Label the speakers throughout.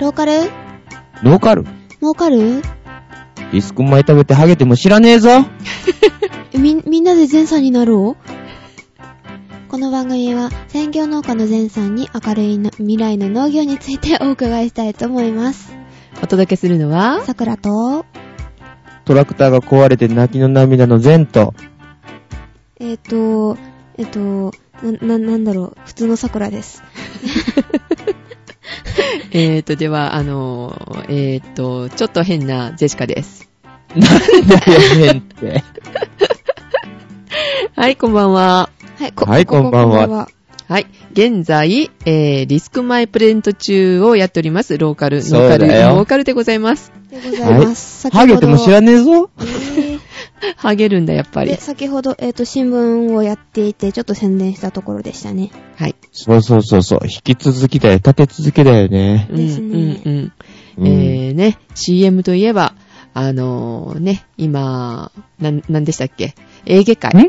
Speaker 1: ローカル
Speaker 2: ローカル
Speaker 1: 儲かる
Speaker 2: リスク前食べてハゲても知らねえぞ
Speaker 1: えみ、みんなで前さんになろうこの番組は、専業農家の前さんに明るいの未来の農業について お伺いしたいと思います。
Speaker 3: お届けする のは、
Speaker 1: 桜と、
Speaker 2: トラクターが壊れて泣きの涙の前 と、
Speaker 1: えっ、と、えっ、と、な、な、なんだろう、普通の桜です。
Speaker 3: えーと、では、あのー、えーと、ちょっと変なジェシカです。
Speaker 2: なんだよ、変って。
Speaker 3: はい、こんばんは。
Speaker 1: はい、こ、
Speaker 2: はいこんばんは
Speaker 3: はい。現在、えー、リスク前プレゼント中をやっております。ローカル、ノ
Speaker 2: そう
Speaker 3: ーカル、
Speaker 2: だよ
Speaker 3: ノーカルでございます。
Speaker 1: でございます。
Speaker 2: ハゲても知ら
Speaker 1: ん。
Speaker 2: ねえぞ
Speaker 1: えー
Speaker 3: ハゲるんだ、やっぱり
Speaker 1: で、。先ほど、えっ、と、新聞をやっていて、ちょっと宣伝したところでしたね。
Speaker 3: はい。
Speaker 2: そうそうそうそう、引き続きだよ、立て続けだよね。
Speaker 3: うん、う
Speaker 1: ですね
Speaker 3: ん、
Speaker 2: う
Speaker 3: うん。
Speaker 2: ん
Speaker 3: えーね、CM といえば、あのー、ね、今、なん、なんでしたっけ映画会
Speaker 2: ん。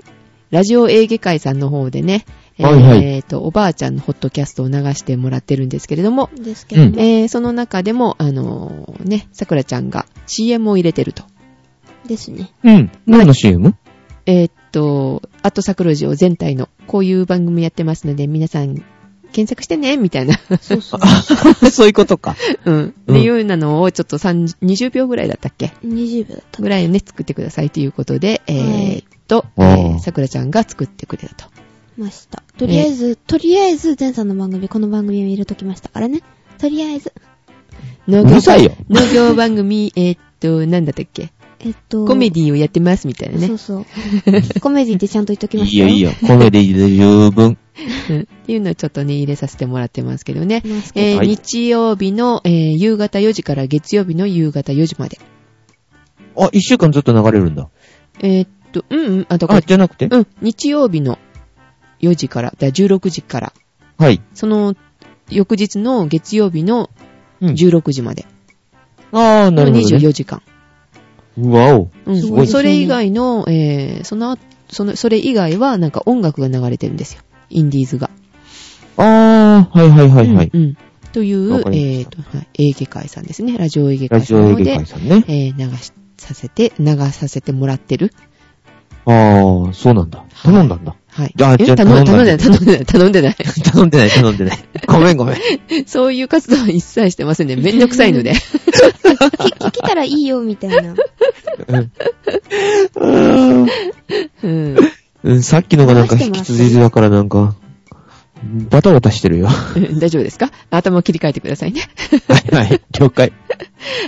Speaker 3: ラジオエーゲ会さんの方でね、えー
Speaker 2: はいはい
Speaker 3: えーと、おばあちゃんのホットキャストを流してもらってるんですけれども、
Speaker 1: ですけども、
Speaker 3: えーその中でも、あのーね、さくらちゃんが CM を入れてると。
Speaker 1: ですね。
Speaker 2: うん。何の CM?
Speaker 3: えーっと、あとさくらじを全体の、こういう番組やってますので、皆さん、検索してね、みたいな。
Speaker 1: そう そう。
Speaker 2: そういうことか。
Speaker 3: うん。っていうようなのを、ちょっと30 20秒ぐらいだったっけ
Speaker 1: 20秒だった
Speaker 3: ぐらいね、作ってくださいということで、
Speaker 1: は
Speaker 3: え
Speaker 1: い
Speaker 3: ーっと、
Speaker 2: おー
Speaker 3: さくらちゃんが作ってくれたと。
Speaker 1: ました。とりあえず、とりあえず、前さんの番組、この番組を入れときましたからね。とりあえず、
Speaker 3: 農
Speaker 2: うるさいよ。
Speaker 3: 農業番組、 えーっと、なんだったっけ
Speaker 1: えっと、
Speaker 3: コメディをやってますみたいなね
Speaker 1: そ。うそう。 コメディってちゃんと言っとき
Speaker 2: い
Speaker 1: まし
Speaker 2: い
Speaker 1: た
Speaker 2: よいいよ、コメディで十分。
Speaker 3: うんっていうのをちょっとね、入れさせてもらってますけどね。
Speaker 1: ますけど
Speaker 3: えー
Speaker 2: はい
Speaker 3: 日曜日の、えー夕方4時から月曜日の夕方4時まで。
Speaker 2: あ、一週間ずっと流れるんだ。
Speaker 3: えーっと、うんうん、あとこ
Speaker 2: あ、
Speaker 3: れ、
Speaker 2: じゃなくて
Speaker 3: うん、日曜日の4時から、だ16時から、
Speaker 2: はい。
Speaker 3: その翌日の月曜日の
Speaker 2: うん
Speaker 3: 16時まで、
Speaker 2: あー、な
Speaker 3: の
Speaker 2: るほどね。
Speaker 3: 24時間。
Speaker 2: うわお。
Speaker 3: うん、
Speaker 1: す
Speaker 2: ごいですね
Speaker 3: それ以外の、えーその、その、それ以外はなんか音楽が流れてるんですよ。インディーズが。
Speaker 2: あー、はいはいはいはい。
Speaker 3: うんうん。という
Speaker 2: わ、か
Speaker 3: え
Speaker 2: り
Speaker 3: ーと、はい、エーゲ会さんですね。ラジオエーゲ
Speaker 2: ラ
Speaker 3: 会
Speaker 2: ジ
Speaker 3: さ
Speaker 2: オ
Speaker 3: んの
Speaker 2: 営
Speaker 3: 方
Speaker 2: 業
Speaker 3: で
Speaker 2: 会、さんね。
Speaker 3: えー流しさせて、流させてもらってる。
Speaker 2: ああ、そうなんだ。頼んだんだ。
Speaker 3: はい。
Speaker 2: あ
Speaker 3: え
Speaker 2: じゃあ
Speaker 3: 頼
Speaker 2: 頼
Speaker 3: ん頼ん
Speaker 2: ん
Speaker 3: でな
Speaker 2: だ
Speaker 3: い、頼んでない、頼んでない。
Speaker 2: 頼んでない、頼んでない。ごめんごめん。
Speaker 3: そういう活動は一切してませんね。めんどくさいの で。
Speaker 1: 聞きたらいいよ、みたい な。
Speaker 3: うん。
Speaker 2: うん、さっきのがなんか
Speaker 1: 話して
Speaker 2: 引
Speaker 1: ます
Speaker 2: き続きだからなんか、バタバタしてる よ。は
Speaker 3: うん大丈夫ですか頭を切り替えてくださいね。
Speaker 2: いはい、了解。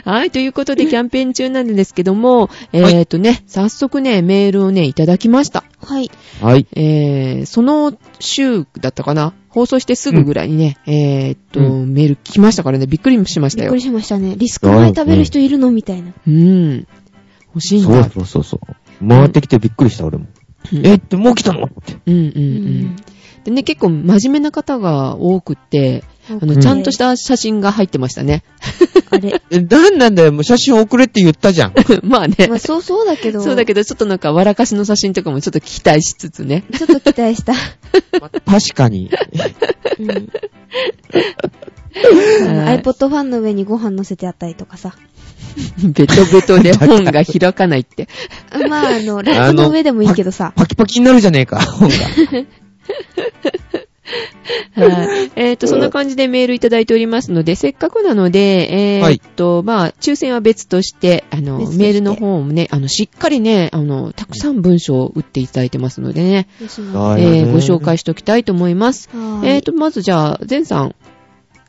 Speaker 3: はい、ということでキャンペーン中なんですけども、えっとね、早速ね、メールをね、いただきました。
Speaker 1: はい。
Speaker 2: はい。
Speaker 3: えー、その週だったかな放送してすぐぐらいにね、えーっと、
Speaker 2: う
Speaker 3: メール来ましたからね、びっくりしました
Speaker 1: びっ
Speaker 3: よ
Speaker 1: くり。しましたね。リスク前食べる人いるのみたいな。
Speaker 3: うん。欲しいん
Speaker 2: そう
Speaker 3: だ。
Speaker 2: そうそうそう。回ってきてびっくりした、俺も。
Speaker 3: うん
Speaker 2: え、ってもう来たのって。
Speaker 3: うんうんう。。
Speaker 1: うん
Speaker 3: でね、結構真面目な方が多くって、あの、ちゃんとし。た写真が入ってましたね。
Speaker 1: あれ。
Speaker 2: え、なんなんだよ、もう写真送れって言ったじ ゃん。
Speaker 3: まあね。
Speaker 1: まあ、そうそうだけど。
Speaker 3: そうだけど、ちょっとなんか、笑かしの写真とかもちょっと期待しつつね。
Speaker 1: ど。ちょっと期待した。
Speaker 2: 確かに。
Speaker 1: うん。あの iPod ファンの上にご飯乗せてあったりとかさ。
Speaker 3: ベトベトで本が開かないって。
Speaker 1: あまあ、あの、ラップの上でもいいけどさ。
Speaker 2: パキパキになるじゃねえか、本が。
Speaker 3: はい。えっと、そんな感じでメールいただいておりますので、せっかくなので、えーっと、まあ、抽選は別として、あの、
Speaker 1: 別として
Speaker 3: メールの方もね、あの、しっかりね、あの、たくさん文章を打っていただいてますのでね、
Speaker 1: 吉野
Speaker 2: は
Speaker 3: え
Speaker 2: い
Speaker 3: ーご紹介しておきたいと思います。
Speaker 1: はい
Speaker 3: えーっと、まずじゃあ、ゼンさん、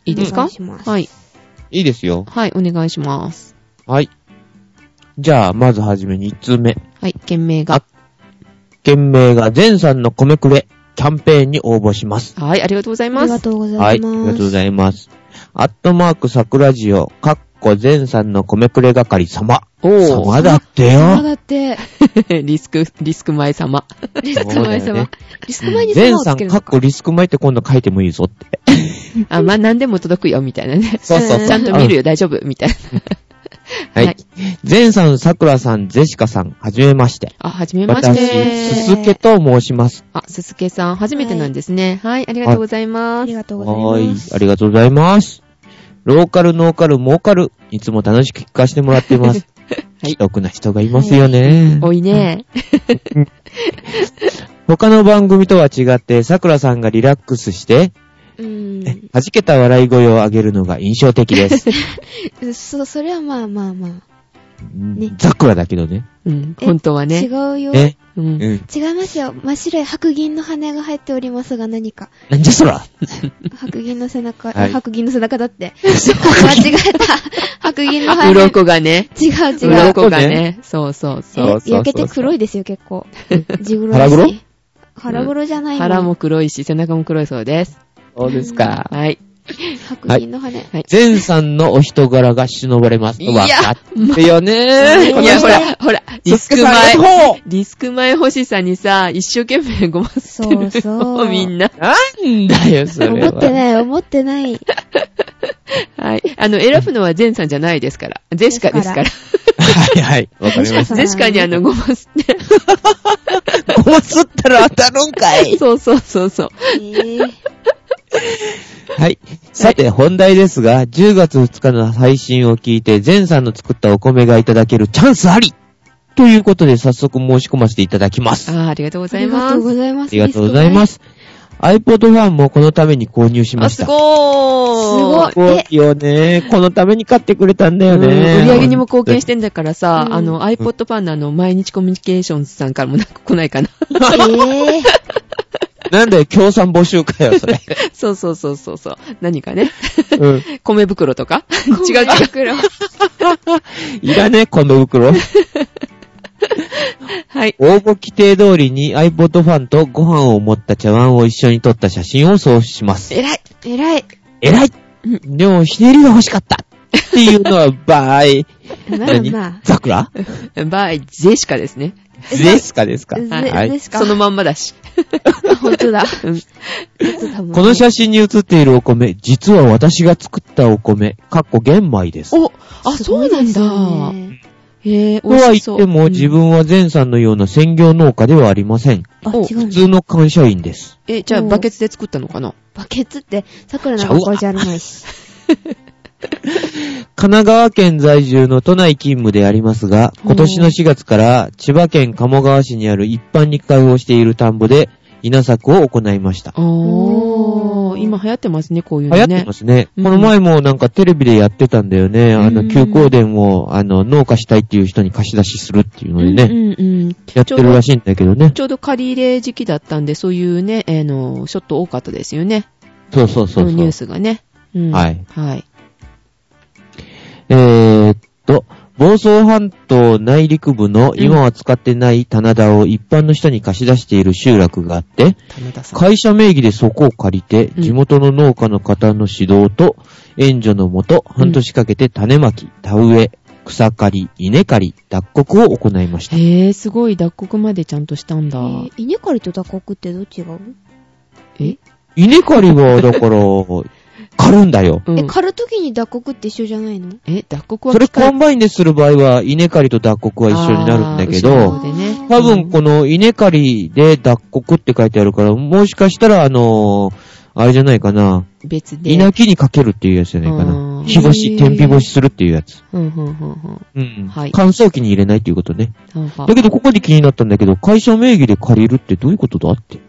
Speaker 3: いいです
Speaker 1: お願
Speaker 3: か
Speaker 1: いします
Speaker 3: はい。
Speaker 2: いいですよ。
Speaker 3: はい、お願いします。
Speaker 2: はい。じゃあ、まずはじめに1通目。
Speaker 3: はい、件名が。
Speaker 2: 件名が全さんの米くれキャンペーンに応募します。
Speaker 3: はい、ありがとうござい
Speaker 1: あ
Speaker 3: ま
Speaker 1: り
Speaker 3: す
Speaker 1: が。とうございます。
Speaker 2: はい、ありがとうございます。アットマーク桜ジオ、かっこ全さんの米くれ係様。
Speaker 3: お
Speaker 2: 様だって
Speaker 1: ま
Speaker 2: よ。
Speaker 1: だって、
Speaker 3: リスク、リスク前様。
Speaker 1: リスク前
Speaker 2: そう
Speaker 1: 様。
Speaker 2: だよね
Speaker 1: リスク前に
Speaker 2: 全
Speaker 1: 様を
Speaker 2: さ
Speaker 1: つけ
Speaker 2: ん、
Speaker 1: る
Speaker 2: か
Speaker 1: の
Speaker 2: っこリスク前って今度書いてもいいぞって。
Speaker 3: あ、まあ、何でも届くよ、みたいなね。
Speaker 2: そう
Speaker 1: そうそう
Speaker 3: ちゃんと見るよ、大丈夫、みたいな。
Speaker 2: は
Speaker 3: はい
Speaker 2: い。全さん、桜さん、ゼシカさん、はじめまして。
Speaker 3: あ、はじめまし
Speaker 2: 私、
Speaker 3: て。
Speaker 2: すすけと申します。
Speaker 3: あ、すすけさん、初めてなんですね。はい、ありがとうござい
Speaker 1: あ
Speaker 3: ま
Speaker 1: り
Speaker 3: す。
Speaker 1: がとうござ
Speaker 2: はいい
Speaker 1: ます。、
Speaker 2: ありがとうございます。ローカル、ノーカル、儲かる。いつも楽しく聞かせてもらってます。
Speaker 3: はい
Speaker 2: 既得な人がいますよね。
Speaker 3: 多いね。
Speaker 2: 他の番組とは違って、桜さんがリラックスして、
Speaker 1: う
Speaker 2: え
Speaker 1: ん。
Speaker 2: 弾けた笑い声を上げるのが印象的です。
Speaker 1: そ、それはまあまあまあ。ね
Speaker 2: ザクラだけどね。
Speaker 3: うん、本当は
Speaker 1: 違
Speaker 3: ね。
Speaker 1: うよ。
Speaker 2: え、
Speaker 3: うん
Speaker 2: うん。
Speaker 1: 違いますよ。真っ白い白銀の羽が入っておりますが何 か。
Speaker 2: なんじゃそら
Speaker 1: 白銀の背中、
Speaker 2: はい
Speaker 1: 白銀の背中だって。間違えた。白銀の羽。違う
Speaker 3: 鱗がね。
Speaker 1: 違う。
Speaker 3: 鱗が
Speaker 2: 鱗
Speaker 3: ね
Speaker 2: ね。
Speaker 3: そうそう
Speaker 1: え
Speaker 2: そう
Speaker 3: そ
Speaker 2: そう
Speaker 3: う。
Speaker 2: そう
Speaker 1: 焼けて黒いですよ、結 構。地黒
Speaker 2: 腹黒
Speaker 1: だし腹黒じゃないの
Speaker 3: 腹も黒いし、背中も黒いそうです。
Speaker 2: そうですか。
Speaker 3: はい。
Speaker 1: 白銀の羽。
Speaker 2: 全さんのお人柄が忍ばれます。
Speaker 3: いや
Speaker 2: わかってよね
Speaker 1: え
Speaker 3: いや、ほら、ほら、リスク前
Speaker 2: の、方
Speaker 3: リスク前星さんにさ、一生懸命ごまかせてる
Speaker 1: そうそ う
Speaker 3: みんな。
Speaker 2: なんだよ、それ
Speaker 1: 思
Speaker 2: は。
Speaker 1: ってない、思ってない。
Speaker 3: はい。あの、選ぶのはゼンさんじゃないですから。ゼシカですから。
Speaker 2: はいはい。わかりまし
Speaker 1: そう
Speaker 3: ゼシカにあの、ごま吸って。
Speaker 2: た。こうすったら当たるんかい。
Speaker 3: そうそうそうそう。
Speaker 1: えー
Speaker 2: はい。さて、本題ですが、10月2日の配信を聞いて、全さんの作ったお米がいただけるチャンスありということで、早速申し込ませていただきます。あ
Speaker 3: ああ、ありがとうご
Speaker 1: あ
Speaker 3: ざい
Speaker 1: りが
Speaker 3: ま
Speaker 1: とうご
Speaker 3: す。
Speaker 1: ざいます。。
Speaker 2: りがとうございますす。iPod ファンもこのために購入しま
Speaker 3: あ、
Speaker 2: した。
Speaker 3: すごー
Speaker 1: すごい
Speaker 2: いよね。このために買ってくれたんだよ
Speaker 3: うん売
Speaker 2: ね。
Speaker 3: り上げにも貢献してんだからさ、
Speaker 1: うん
Speaker 3: あの、iPod ファンのあの、毎日コミュニケーションズさんからもなんか来ない かな。
Speaker 1: え
Speaker 2: なんだよ、協賛募集かよ、それ。
Speaker 3: そうそうそうそうそう。何かね。
Speaker 2: うん。
Speaker 3: 米袋とか
Speaker 1: ー、
Speaker 3: 違う違う。
Speaker 1: 黒。
Speaker 2: いらねえ、この袋。
Speaker 3: はい。
Speaker 2: 応募規定通りに iPod ファンとご飯を持った茶碗を一緒に撮った写真を送します。
Speaker 3: 偉い。
Speaker 1: 偉い。
Speaker 2: えらい
Speaker 3: うん
Speaker 2: でも、ひねりが欲しかったっていうのは、バイ。
Speaker 1: まあ
Speaker 2: 何
Speaker 1: まあ。
Speaker 2: ザクラ
Speaker 3: バイ、ゼシカですね。
Speaker 2: ゼスカですか
Speaker 1: ゼ
Speaker 2: は
Speaker 1: ゼ
Speaker 2: い。
Speaker 1: スカ
Speaker 3: そのまんまだし。
Speaker 1: 本当だ。
Speaker 3: うん
Speaker 1: 本当だもん
Speaker 2: この写真に写っているお米、実は私が作ったお米、かっこ玄米です。
Speaker 3: お、あ、そうなん
Speaker 1: すごいです
Speaker 3: だ。
Speaker 1: よね
Speaker 3: へえ、
Speaker 2: とは
Speaker 3: 美味
Speaker 2: 言っ
Speaker 3: しそう。
Speaker 2: ても、
Speaker 3: うん
Speaker 2: 自分は前さんのような専業農家ではありません。
Speaker 1: あ、
Speaker 3: お
Speaker 1: 違う
Speaker 2: 普
Speaker 1: んだ
Speaker 2: 通の感謝員です。
Speaker 3: え、じゃあ
Speaker 1: お
Speaker 3: バケツで作ったのかな
Speaker 1: バケツって、桜の学校じゃないし。
Speaker 2: 神奈川県在住の都内勤務でありますが、今年の4月から千葉県鴨川市にある一般に開放している田んぼで稲作を行いました。
Speaker 3: お
Speaker 1: お
Speaker 3: ー、
Speaker 1: ー
Speaker 3: 今流行ってますね、こういう
Speaker 2: 流行
Speaker 3: の
Speaker 2: って
Speaker 3: ね
Speaker 2: ま。すね。
Speaker 3: う
Speaker 2: こ
Speaker 3: ん
Speaker 2: の前もなんかテレビでやってたんだよね。あ
Speaker 3: う
Speaker 2: の、
Speaker 3: ん
Speaker 2: 休耕電を、あの、農家したいっていう人に貸し出しするっていうので
Speaker 3: うん
Speaker 2: ね、
Speaker 3: うんうん。
Speaker 2: やってるらしいんだけどね。
Speaker 3: ちょうど借り入れ時期だったんで、そういうね、あの、ショット多かったですよね。
Speaker 2: そうそう
Speaker 3: そ
Speaker 2: そ
Speaker 3: の
Speaker 2: う
Speaker 3: ニ
Speaker 2: そ
Speaker 3: ュー
Speaker 2: う。
Speaker 3: スがね。うん
Speaker 2: はい
Speaker 3: はい。
Speaker 2: えーっと、房総半島内陸部の今は使ってない棚田を一般の人に貸し出している集落があって、
Speaker 3: 棚田さん。
Speaker 2: 会社名義でそこを借りて、
Speaker 3: うん
Speaker 2: 地元の農家の方の指導と援助のもと、半年かけて種まき、田植え、草刈り、稲刈り、脱穀を行いました。
Speaker 3: へえ、すごい脱穀までちゃんとしたんだ。
Speaker 1: えー稲刈りと打穀ってどっちが合う
Speaker 3: え
Speaker 2: 稲刈りは、だ から、刈るんだよ。
Speaker 3: うん
Speaker 1: え、刈るときに脱穀って一緒じゃないの
Speaker 3: え、脱穀は
Speaker 2: それ
Speaker 3: 機
Speaker 2: コ
Speaker 3: 械
Speaker 2: ンバインでする場合は、稲刈りと脱穀は一緒になるんだけ
Speaker 3: あー後ろ
Speaker 2: ど、
Speaker 3: の方でね
Speaker 1: あー
Speaker 2: 多分この稲刈りで脱穀って書いてあるから、もしかしたら、あのーあれじゃないかな。
Speaker 3: 別で。
Speaker 2: 稲木にかけるっていうやつじゃないか
Speaker 3: あー
Speaker 2: な。日干
Speaker 1: へ
Speaker 2: し、
Speaker 1: ー
Speaker 2: 天日干しするっていうやつ。
Speaker 3: うん、うん、うん、うん。
Speaker 2: うん。
Speaker 3: はい
Speaker 2: 乾燥機に入れないっていうことね。
Speaker 3: なんか
Speaker 2: だけど、ここで気になったんだけど、会社名義で借りるってどういうことだって。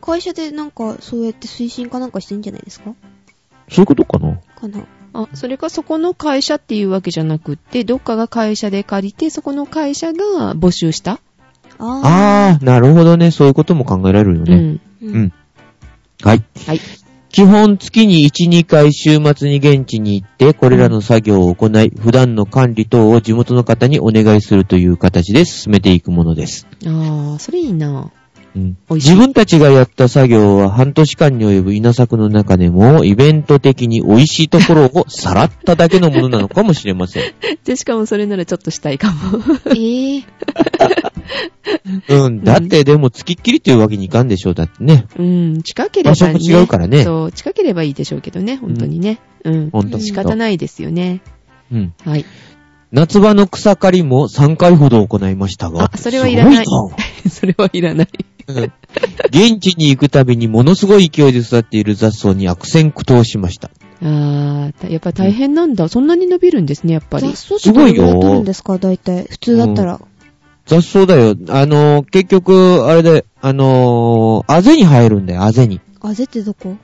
Speaker 1: 会社でなんか、そうやって推進かなんかしてんじゃないですか
Speaker 2: そういうことかな
Speaker 1: かな。
Speaker 3: あ、それかそこの会社っていうわけじゃなくって、どっかが会社で借りて、そこの会社が募集した。
Speaker 1: あ
Speaker 2: あー、なるほどね。そういうことも考えられるよ
Speaker 3: う
Speaker 2: ね。
Speaker 3: ん。
Speaker 1: ー。う
Speaker 2: うん。はい。
Speaker 3: はい。
Speaker 2: 基本月に1、2回週末に現地に行って、これらの作業を行い、普段の管理等を地元の方にお願いするという形で進めていくものです。
Speaker 3: ああ、それいいな。
Speaker 2: うん
Speaker 3: 美味しい
Speaker 2: 自分たちがやった作業は半年間に及ぶ稲作の中でも、イベント的に美味しいところをさらっただけのものなのかもしれま せん。
Speaker 3: で、しかもそれならちょっとしたいかも。
Speaker 1: えー、
Speaker 2: うん、だってでも付きっきりというわけにいかんでしょう。だってね。
Speaker 3: うん、近ければ、ね。
Speaker 2: 場所も違うからね
Speaker 3: そう、近ければいいでしょうけどね、本当にね。うん。
Speaker 2: ほんと。
Speaker 1: うん
Speaker 3: 仕方ないですよね。
Speaker 2: うん。
Speaker 3: はい。
Speaker 2: 夏場の草刈りも3回ほど行いましたが。
Speaker 3: あ、それはいらな
Speaker 2: す
Speaker 3: い
Speaker 2: ごいな。
Speaker 3: それはいらない。
Speaker 2: うん現地に行くたびにものすごい勢いで育っている雑草に悪戦苦闘しました。
Speaker 3: あー、やっぱ大変なんだ。そんなに伸びるんですね、やっぱり
Speaker 1: 雑。草ってどれぐらい取るんですか大体。普通だったら。
Speaker 2: 雑草だよ。あのー、結局、あれで、あのー、あぜに生えるんだよ、あぜに。
Speaker 1: あぜってどこ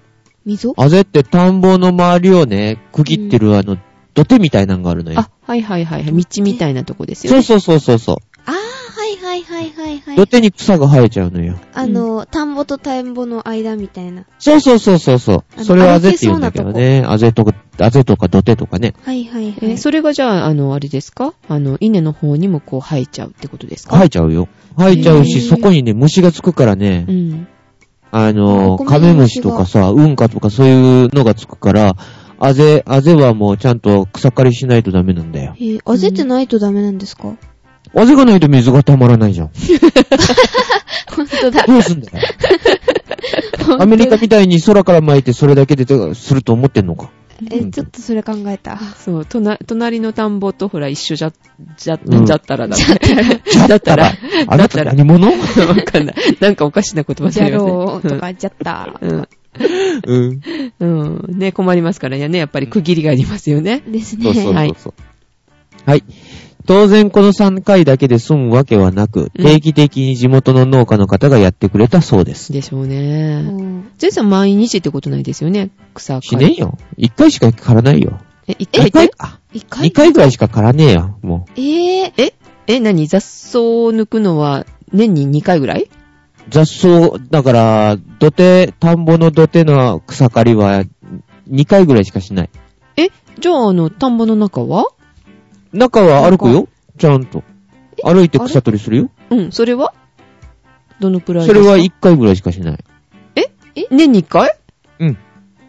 Speaker 1: 溝
Speaker 2: あぜって田んぼの周りをね、区切ってるあの、土手みたいなのがあるのよ
Speaker 3: あ。、はいはいはいはい。道みたいなとこですよ
Speaker 2: そう
Speaker 3: ね。
Speaker 2: そうそうそうそ
Speaker 1: あー、はいはいはいはいは
Speaker 2: う。
Speaker 1: い。
Speaker 2: 土手に草が生えちゃうのよ。
Speaker 1: あの、田んぼと田んぼの間みたいな。
Speaker 2: そうそうそうそうそ
Speaker 1: あ
Speaker 2: う。
Speaker 1: の
Speaker 2: それはあぜって言うんだけどね。あぜとか、あぜとか土手とかね。
Speaker 1: はいはいは
Speaker 3: えー
Speaker 1: い。
Speaker 3: それがじゃあ、あの、あれですかあの、稲の方にもこう生えちゃうってことですか
Speaker 2: 生えちゃうよ。生えちゃう
Speaker 1: へ
Speaker 2: し、
Speaker 1: ー
Speaker 2: そこにね、虫がつくからね
Speaker 3: う、ん。
Speaker 2: あの
Speaker 1: お
Speaker 2: ー、
Speaker 1: 米
Speaker 2: カメムシとかさ、ウンカとかそういうのがつくから、あぜ、あぜはもうちゃんと草刈りしないとダメなんだよ。
Speaker 1: えー、あぜってないとダメなんですか
Speaker 2: あぜがないと水が溜まら ないじゃん。
Speaker 1: 本当だ。
Speaker 2: どうすんだよ。アメリカみたいに空から巻いてそれだけでとかすると思ってんのか。
Speaker 1: え、ちょっとそれ考えた。
Speaker 3: そう、とな、隣の田んぼとほら一緒じゃ、じゃ、
Speaker 2: うん
Speaker 3: じゃったら だね。だったら、
Speaker 2: あなた何者
Speaker 3: わかんない。なんかおかしな言葉じ
Speaker 1: じ
Speaker 3: ゃ
Speaker 1: ゃ
Speaker 3: りますね。
Speaker 1: ろうとか、じゃった。
Speaker 3: うん。
Speaker 2: うん。
Speaker 3: うん。うん。ね、困りますからね。やっぱり区切りがありますよね。
Speaker 1: です
Speaker 2: そうそう
Speaker 1: ね。
Speaker 2: そうそう。はい。当然この3回だけで済むわけはなく、
Speaker 3: うん
Speaker 2: 定期的に地元の農家の方がやってくれたそうです。
Speaker 3: でしょう
Speaker 1: う
Speaker 3: ね。
Speaker 1: ん
Speaker 3: ジェイさん毎日ってことないですよね。草
Speaker 2: し
Speaker 3: 刈
Speaker 2: ねえ
Speaker 3: り。
Speaker 2: よ。1回しか刈らないよ。
Speaker 3: え、一回
Speaker 2: 2
Speaker 3: 言
Speaker 2: 回
Speaker 3: って
Speaker 2: か。
Speaker 1: 一
Speaker 2: 2
Speaker 1: 回
Speaker 2: 回ぐらいしか刈らねえよ。も。
Speaker 1: えー、
Speaker 3: え、え、何雑草を抜くのは年に2回ぐらいう
Speaker 2: 雑草、だから、土手、田んぼの土手の草刈りは2回ぐらいしかしない。
Speaker 3: え、じゃああの、田んぼの中は
Speaker 2: 中は歩くよ。ちゃんと。歩いて草取りするよ。
Speaker 3: うん、それはどのくらい
Speaker 2: そ
Speaker 3: です
Speaker 2: れ
Speaker 3: か
Speaker 2: は1回ぐらいしかしない。
Speaker 3: え年に1回
Speaker 2: うん。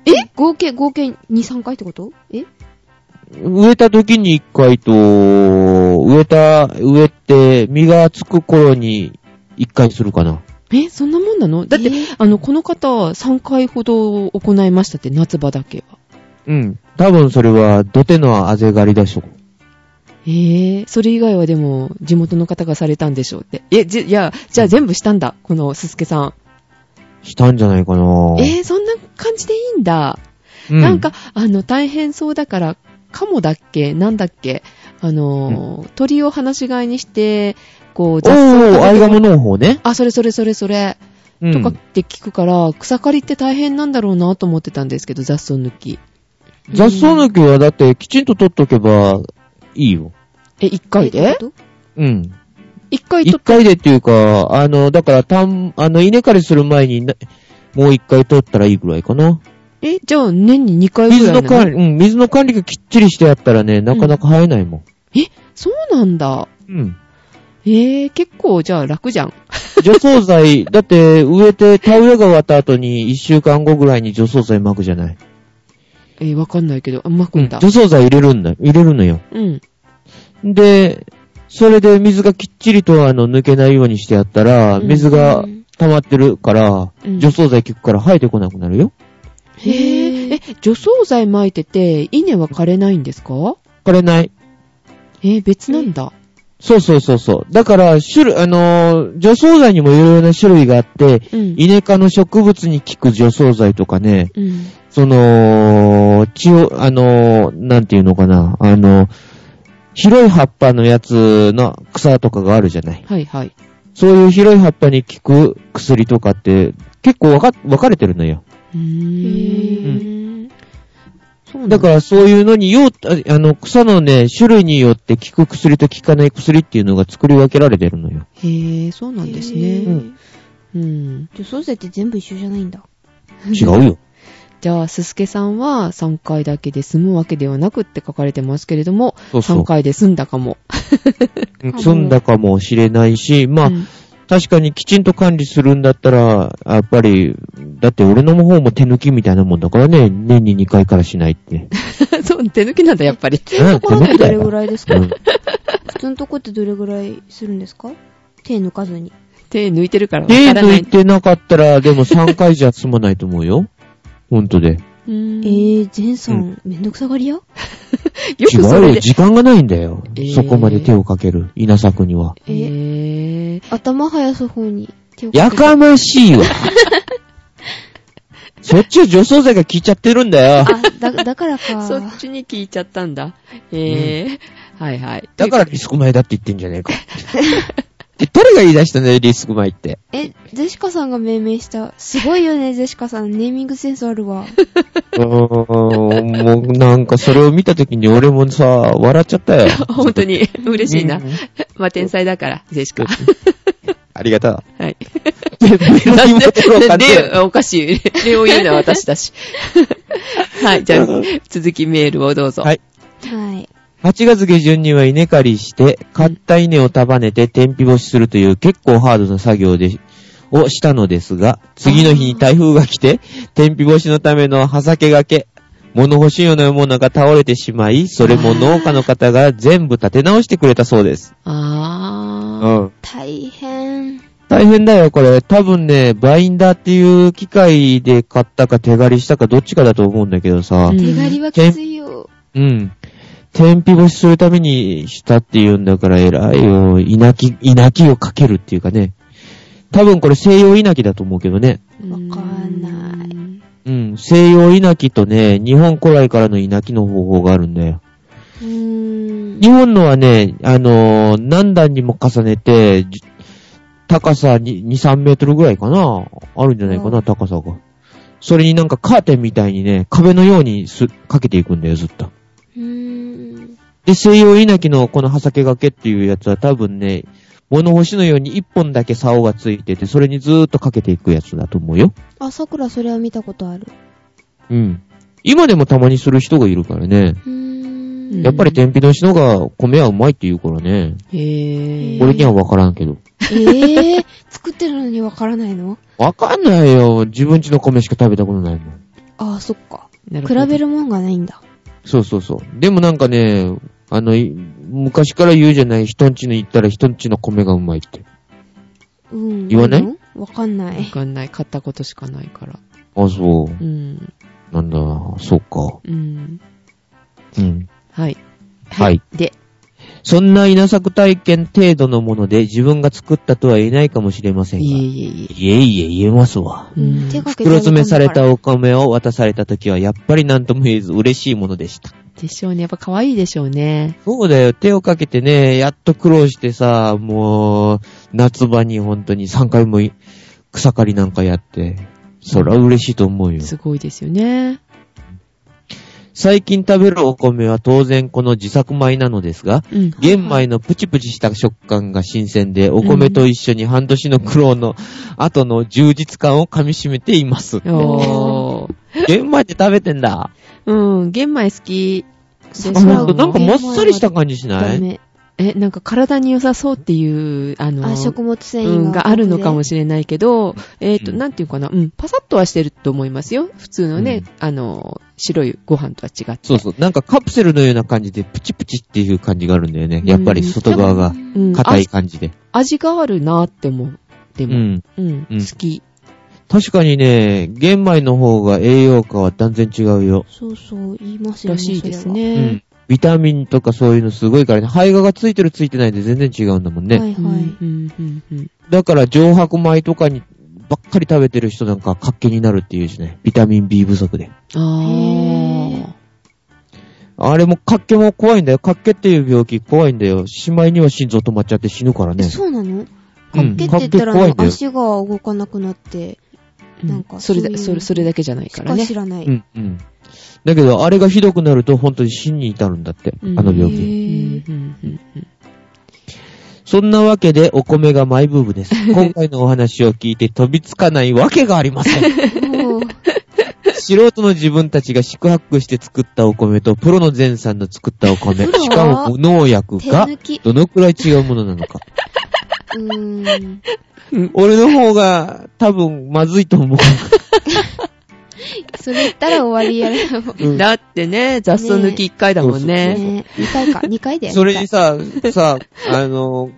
Speaker 1: え合計、合計2、3回ってことえ
Speaker 2: 植えた時に1回と、植えた、植えて、実がつく頃に1回するかな。
Speaker 3: え、そんなもんなのだって、
Speaker 1: えー
Speaker 3: あの、この方、3回ほど行いましたって、夏場だけは。
Speaker 2: うん。多分それは土手のあぜ刈りだしとこ。
Speaker 3: えー、それ以外はでも、地元の方がされたんでしょうって。え、じ、いや、じゃあ全部したんだ、このすすけさ。
Speaker 2: したんじゃないかなん
Speaker 3: えー、そんな感じでいいんだ。
Speaker 2: うん
Speaker 3: なんか、あの、大変そうだから、カモだっけなんだっけあのー、鳥を放し飼いにして、こう、
Speaker 2: お
Speaker 3: 雑草を食
Speaker 2: ー、
Speaker 3: べ
Speaker 2: ア
Speaker 3: て
Speaker 2: イガ
Speaker 3: も
Speaker 2: モ農法ね。
Speaker 3: あ、それそれそれそれ、
Speaker 2: う
Speaker 3: とかっ
Speaker 2: ん。
Speaker 3: て聞くから、草刈りって大変なんだろうなと思ってたんですけど、雑草抜き。
Speaker 2: 雑草抜きはだってきちんと取っとけばいいよ。
Speaker 3: え、1回で
Speaker 1: どういうこ
Speaker 2: うん。
Speaker 3: 一回と
Speaker 2: 一、回でっていうか、あの、だから、たん、あの、稲刈りする前にな、もう一回取ったらいいぐらいかな。
Speaker 3: え、じゃあ年に2回ぐ
Speaker 2: 水
Speaker 3: らいな
Speaker 2: の
Speaker 3: の
Speaker 2: 管理、うん、水の管理がきっちりしてやったらね、なかなか生えないもん。
Speaker 3: え、そうなんだ。
Speaker 2: うん。
Speaker 3: えー、結構じゃあ楽じゃん。
Speaker 2: 除草剤、 だって、植えて、田植えが終わった後に、一週間後ぐらいに除草剤撒くじゃない。
Speaker 3: えー、わかんないけど、うまくんだ。
Speaker 2: 除草剤入れるんだ、入れるのよ。
Speaker 3: うん。
Speaker 2: で、それで水がきっちりと、あの、抜けないようにしてやったら、
Speaker 3: うん
Speaker 2: 水が溜まってるから、
Speaker 3: うん
Speaker 2: 除草剤効くから生えてこなくなるよ。
Speaker 3: へ
Speaker 1: へー
Speaker 3: ー。え、除草剤撒いてて、稲は枯れないんですか
Speaker 2: 枯れない。
Speaker 3: えー、別なんだ。
Speaker 2: そうそうそうそう。だから、種類、あのー除草剤にもいろいろな種類があって、
Speaker 3: うん。
Speaker 2: イネ科の植物に効く除草剤とかね、
Speaker 3: うん。
Speaker 2: その、血を、あのーなんていうのかな、あの広い葉っぱのやつの草とかがあるじゃない。
Speaker 3: はいはい。
Speaker 2: そういう広い葉っぱに効く薬とかって、結構わか、分かれてるのよ。
Speaker 3: うーん。そうなん
Speaker 2: だからそういうのに用、ああの、草のね、種類によって効く薬と効かない薬っていうのが作り分けられてるのよ。
Speaker 3: へー、そうなんです
Speaker 1: へー
Speaker 3: ね。
Speaker 2: うん
Speaker 3: うん。
Speaker 1: と除草剤って全部一緒じゃないんだ。
Speaker 2: 違うよ。
Speaker 3: じゃあ、すすけさんは3回だけで済むわけではなくって書かれてますけれども、
Speaker 2: そうそう
Speaker 3: 3。回で済んだかも。
Speaker 2: うん済んだかもしれないし、まあ、
Speaker 3: うん
Speaker 2: 確かにきちんと管理するんだったら、やっぱり、だって俺の方も手抜きみたいなもんだからね、年に2回からしないって。
Speaker 3: そう、手抜きなんだ、やっぱり。
Speaker 1: 普通のところっ
Speaker 2: 手抜
Speaker 1: て
Speaker 2: き
Speaker 1: ど
Speaker 2: だ
Speaker 1: れ
Speaker 2: よ
Speaker 1: ぐらいですか
Speaker 2: うん
Speaker 1: 普通のとこってどれぐらいするんですか手抜かずに。
Speaker 3: 手抜いてるからわ
Speaker 2: 手
Speaker 3: からな
Speaker 2: 抜い
Speaker 3: い。
Speaker 2: てなかったら、でも3回じゃ済まないと思うよ。ほんとで。
Speaker 1: え
Speaker 3: うん
Speaker 1: ー、ゼンさん、めんどくさがり屋
Speaker 3: よ
Speaker 2: 違
Speaker 3: くそうれ
Speaker 2: よ、
Speaker 3: で。
Speaker 2: 時間がないんだよ。
Speaker 3: えー
Speaker 2: そこまで手をかける、稲作には。
Speaker 3: えー、
Speaker 1: 頭生やす方に手を
Speaker 2: や
Speaker 1: か けて
Speaker 2: かましいわ。そっちは女装税が効いちゃってるんだよ。
Speaker 1: あ、だ、 だからか。
Speaker 3: そっちに聞いちゃったんだ。ええはいはい。
Speaker 2: だからリスク前だって言ってんじゃねえか。で、誰が言い出したんだよ、リスク前って。
Speaker 1: え、ゼシカさんが命名した。すごいよね、ゼシカさん。ネーミングセンスあるわ。
Speaker 2: うーん、もうなんかそれを見た時に俺もさ、笑っちゃったよ。
Speaker 3: 本当に嬉しいな
Speaker 2: うん。
Speaker 3: まあ、天才だから、ジェシカ。
Speaker 2: ありが とう。
Speaker 3: はい。
Speaker 2: 何も言おうか
Speaker 3: な
Speaker 2: っ
Speaker 3: ん
Speaker 2: て
Speaker 3: で、おかしい。礼を言うのは私だし。 はい、じゃあ、続きメールをどうぞ。
Speaker 2: はい。
Speaker 1: はい。
Speaker 2: 8月下旬には稲刈りして、買った稲を束ねて天日干しするという結構ハードな作業で、をしたのですが、次の日に台風が来て、天日干しのための畑掛け、物干し用のものが倒れてしまい、それも農家の方が全部立て直してくれたそうです。う
Speaker 3: あ
Speaker 2: ん。
Speaker 1: 大変。
Speaker 2: 大変だよ、これ。多分ね、バインダーっていう機械で買ったか手刈りしたかどっちかだと思うんだけどさ。
Speaker 3: うん
Speaker 1: 手刈りはきついよ。
Speaker 2: うん。天日干しするためにしたって言うんだから偉いよ。稲木、稲木をかけるっていうかね。多分これ西洋稲木だと思うけどね。
Speaker 3: ー。
Speaker 1: わかんない
Speaker 2: うん。西洋稲木とね、日本古来からの稲木の方法があるんだよ。
Speaker 1: うーん。
Speaker 2: 日本のはね、あのー何段にも重ねて、じ高さに2、3メートルぐらいかなあるんじゃないか
Speaker 1: う
Speaker 2: な、高さが。それになんかカーテンみたいにね、壁のようにす、かけていくんだよ、ずっと。
Speaker 1: うーん。
Speaker 2: で、西洋稲木のこの畑掛けっていうやつは多分ね、物干しのように一本だけ竿がついてて、それにずーっとかけていくやつだと思うよ。
Speaker 1: あ、桜それは見たことある。
Speaker 2: うん。今でもたまにする人がいるからね。
Speaker 1: うー。
Speaker 3: うん
Speaker 2: やっぱり天日の人が米はうまいって言うからね。
Speaker 3: へ
Speaker 1: うん
Speaker 3: ぇー。
Speaker 2: 俺にはわからんけど。
Speaker 1: えー、作ってるのにわからないの
Speaker 2: わかんないよ。自分家の米しか食べたことないもん。
Speaker 1: あー、そっか。
Speaker 3: なるほ
Speaker 1: 比
Speaker 3: ど
Speaker 1: べるもんがないんだ。
Speaker 2: そうそうそう。でもなんかね、あの、い昔から言うじゃない、人ん家に行ったら人ん家の米がうまいって。
Speaker 1: うん。
Speaker 2: 言わない
Speaker 1: うんわかんない
Speaker 3: わ。かんない。買ったことしかないから。
Speaker 2: あ、そうう。
Speaker 3: ん。
Speaker 2: なんだ、そうか。
Speaker 3: うん。
Speaker 2: うん。
Speaker 3: はい。
Speaker 2: はい。
Speaker 3: で、
Speaker 2: そんな稲作体験程度のもので自分が作ったとは言えないかもしれませんが。い
Speaker 3: いえいえいえ。
Speaker 2: えいえ言えますわ。
Speaker 3: うん
Speaker 1: 手掛けて
Speaker 2: 黒
Speaker 1: る
Speaker 2: 詰めされ
Speaker 1: だ
Speaker 2: た
Speaker 1: か
Speaker 2: お米を渡された時はやっぱり何とも言えず嬉しいものでした。
Speaker 3: でしょうね。やっぱ可愛いでしょうね。
Speaker 2: そうだよ、手をかけてね、やっと苦労してさ、もう、夏場に本当に3回もい草刈りなんかやって、そら嬉しいと思うよ。
Speaker 3: すごいですよね。
Speaker 2: 最近食べるお米は当然この自作米なのですが、
Speaker 3: うん。
Speaker 2: 玄米のプチプチした食感が新鮮で、お米と一緒に半年の苦労の後の充実感を噛み締めています。
Speaker 3: おー。
Speaker 2: 玄米って食べてんだ。
Speaker 3: うん。玄米好き。
Speaker 1: そう
Speaker 2: あ、
Speaker 1: そう
Speaker 2: ほんとなんかもっさりした感じし
Speaker 1: ら
Speaker 2: な
Speaker 1: ダ
Speaker 2: い
Speaker 1: メ。
Speaker 3: え、なんか体に良さそうっていう、あの、
Speaker 1: あ、食物繊
Speaker 3: う
Speaker 1: 維が,、
Speaker 3: ん、があるのかも
Speaker 1: し
Speaker 3: しれないけど、えっ、と、
Speaker 2: うん
Speaker 3: なんていうかな、うん、パサッとはしてると思いますよ。普通のね、
Speaker 2: う
Speaker 3: あの、白いご飯とは違って。
Speaker 2: そうそう。なんかカプセルのような感じでプチプチっていう感じがあるんだよね。やっぱり外側が
Speaker 3: うん、
Speaker 2: 硬い感じで。
Speaker 3: 味味があるなって思う。で
Speaker 2: う
Speaker 3: も、
Speaker 2: ん。
Speaker 3: うん、
Speaker 2: うん
Speaker 3: 好き。
Speaker 2: 確かにね、玄米の方が栄養価は断然違うよ。
Speaker 1: そうそう、言いますよ
Speaker 3: ら
Speaker 1: ね。
Speaker 3: しいです
Speaker 2: う
Speaker 3: ね
Speaker 2: ん。。ビタミンとかそういうのすごいからね。胚芽がついてるついてないで全然違うんだもん
Speaker 1: それ
Speaker 2: ね。
Speaker 1: は。はい
Speaker 3: うん、
Speaker 1: はい。
Speaker 3: うん、うん、うん。
Speaker 2: だから、上白米とかにばっかり食べてる人なんか、活気になるっていうしね。ビタミン B 不足で。
Speaker 3: あ
Speaker 2: あれも、活気も怖いんだよ。活気っていう病気怖いんだよ。しまいには心臓止まっちゃって死ぬから
Speaker 1: え
Speaker 2: ね。
Speaker 1: そうなの
Speaker 2: う
Speaker 1: かっ
Speaker 2: ん
Speaker 1: けって言
Speaker 2: 活
Speaker 1: っ
Speaker 2: 気
Speaker 1: たら
Speaker 2: 怖いん
Speaker 1: ね、
Speaker 2: だよ。
Speaker 1: 足が動かなくなって、
Speaker 3: ーうん
Speaker 1: なんか
Speaker 3: それ
Speaker 1: そ
Speaker 3: だ、そう
Speaker 1: いう
Speaker 3: れ、それだけじゃない
Speaker 1: し
Speaker 3: から
Speaker 1: か
Speaker 3: ね
Speaker 1: 知。らない。
Speaker 2: うん、うん。だけど、あれがひどくなると、本当に死に至るんだって。あ
Speaker 3: うん
Speaker 2: の
Speaker 1: へ
Speaker 2: 病気。
Speaker 1: ー
Speaker 3: うんうんうんうん
Speaker 2: そんなわけで、お米がマイブームです。 今回のお話を聞いて飛びつかないわけがありません。
Speaker 1: おー
Speaker 2: 素人の自分たちが宿泊して作ったお米と、プロの前さんの作ったお米、
Speaker 1: プロ
Speaker 2: しかも無農薬
Speaker 1: 手
Speaker 2: が
Speaker 1: 抜、き。
Speaker 2: どのくらい違うものなのか。
Speaker 1: うーん。
Speaker 2: 俺の方が、多分、まずいと思う。
Speaker 1: それ言ったら終わりや る。ね
Speaker 2: うん
Speaker 3: だってね、雑草抜き1回だもんね。
Speaker 1: 2回か、2回で。
Speaker 2: それにさ、さ、あの、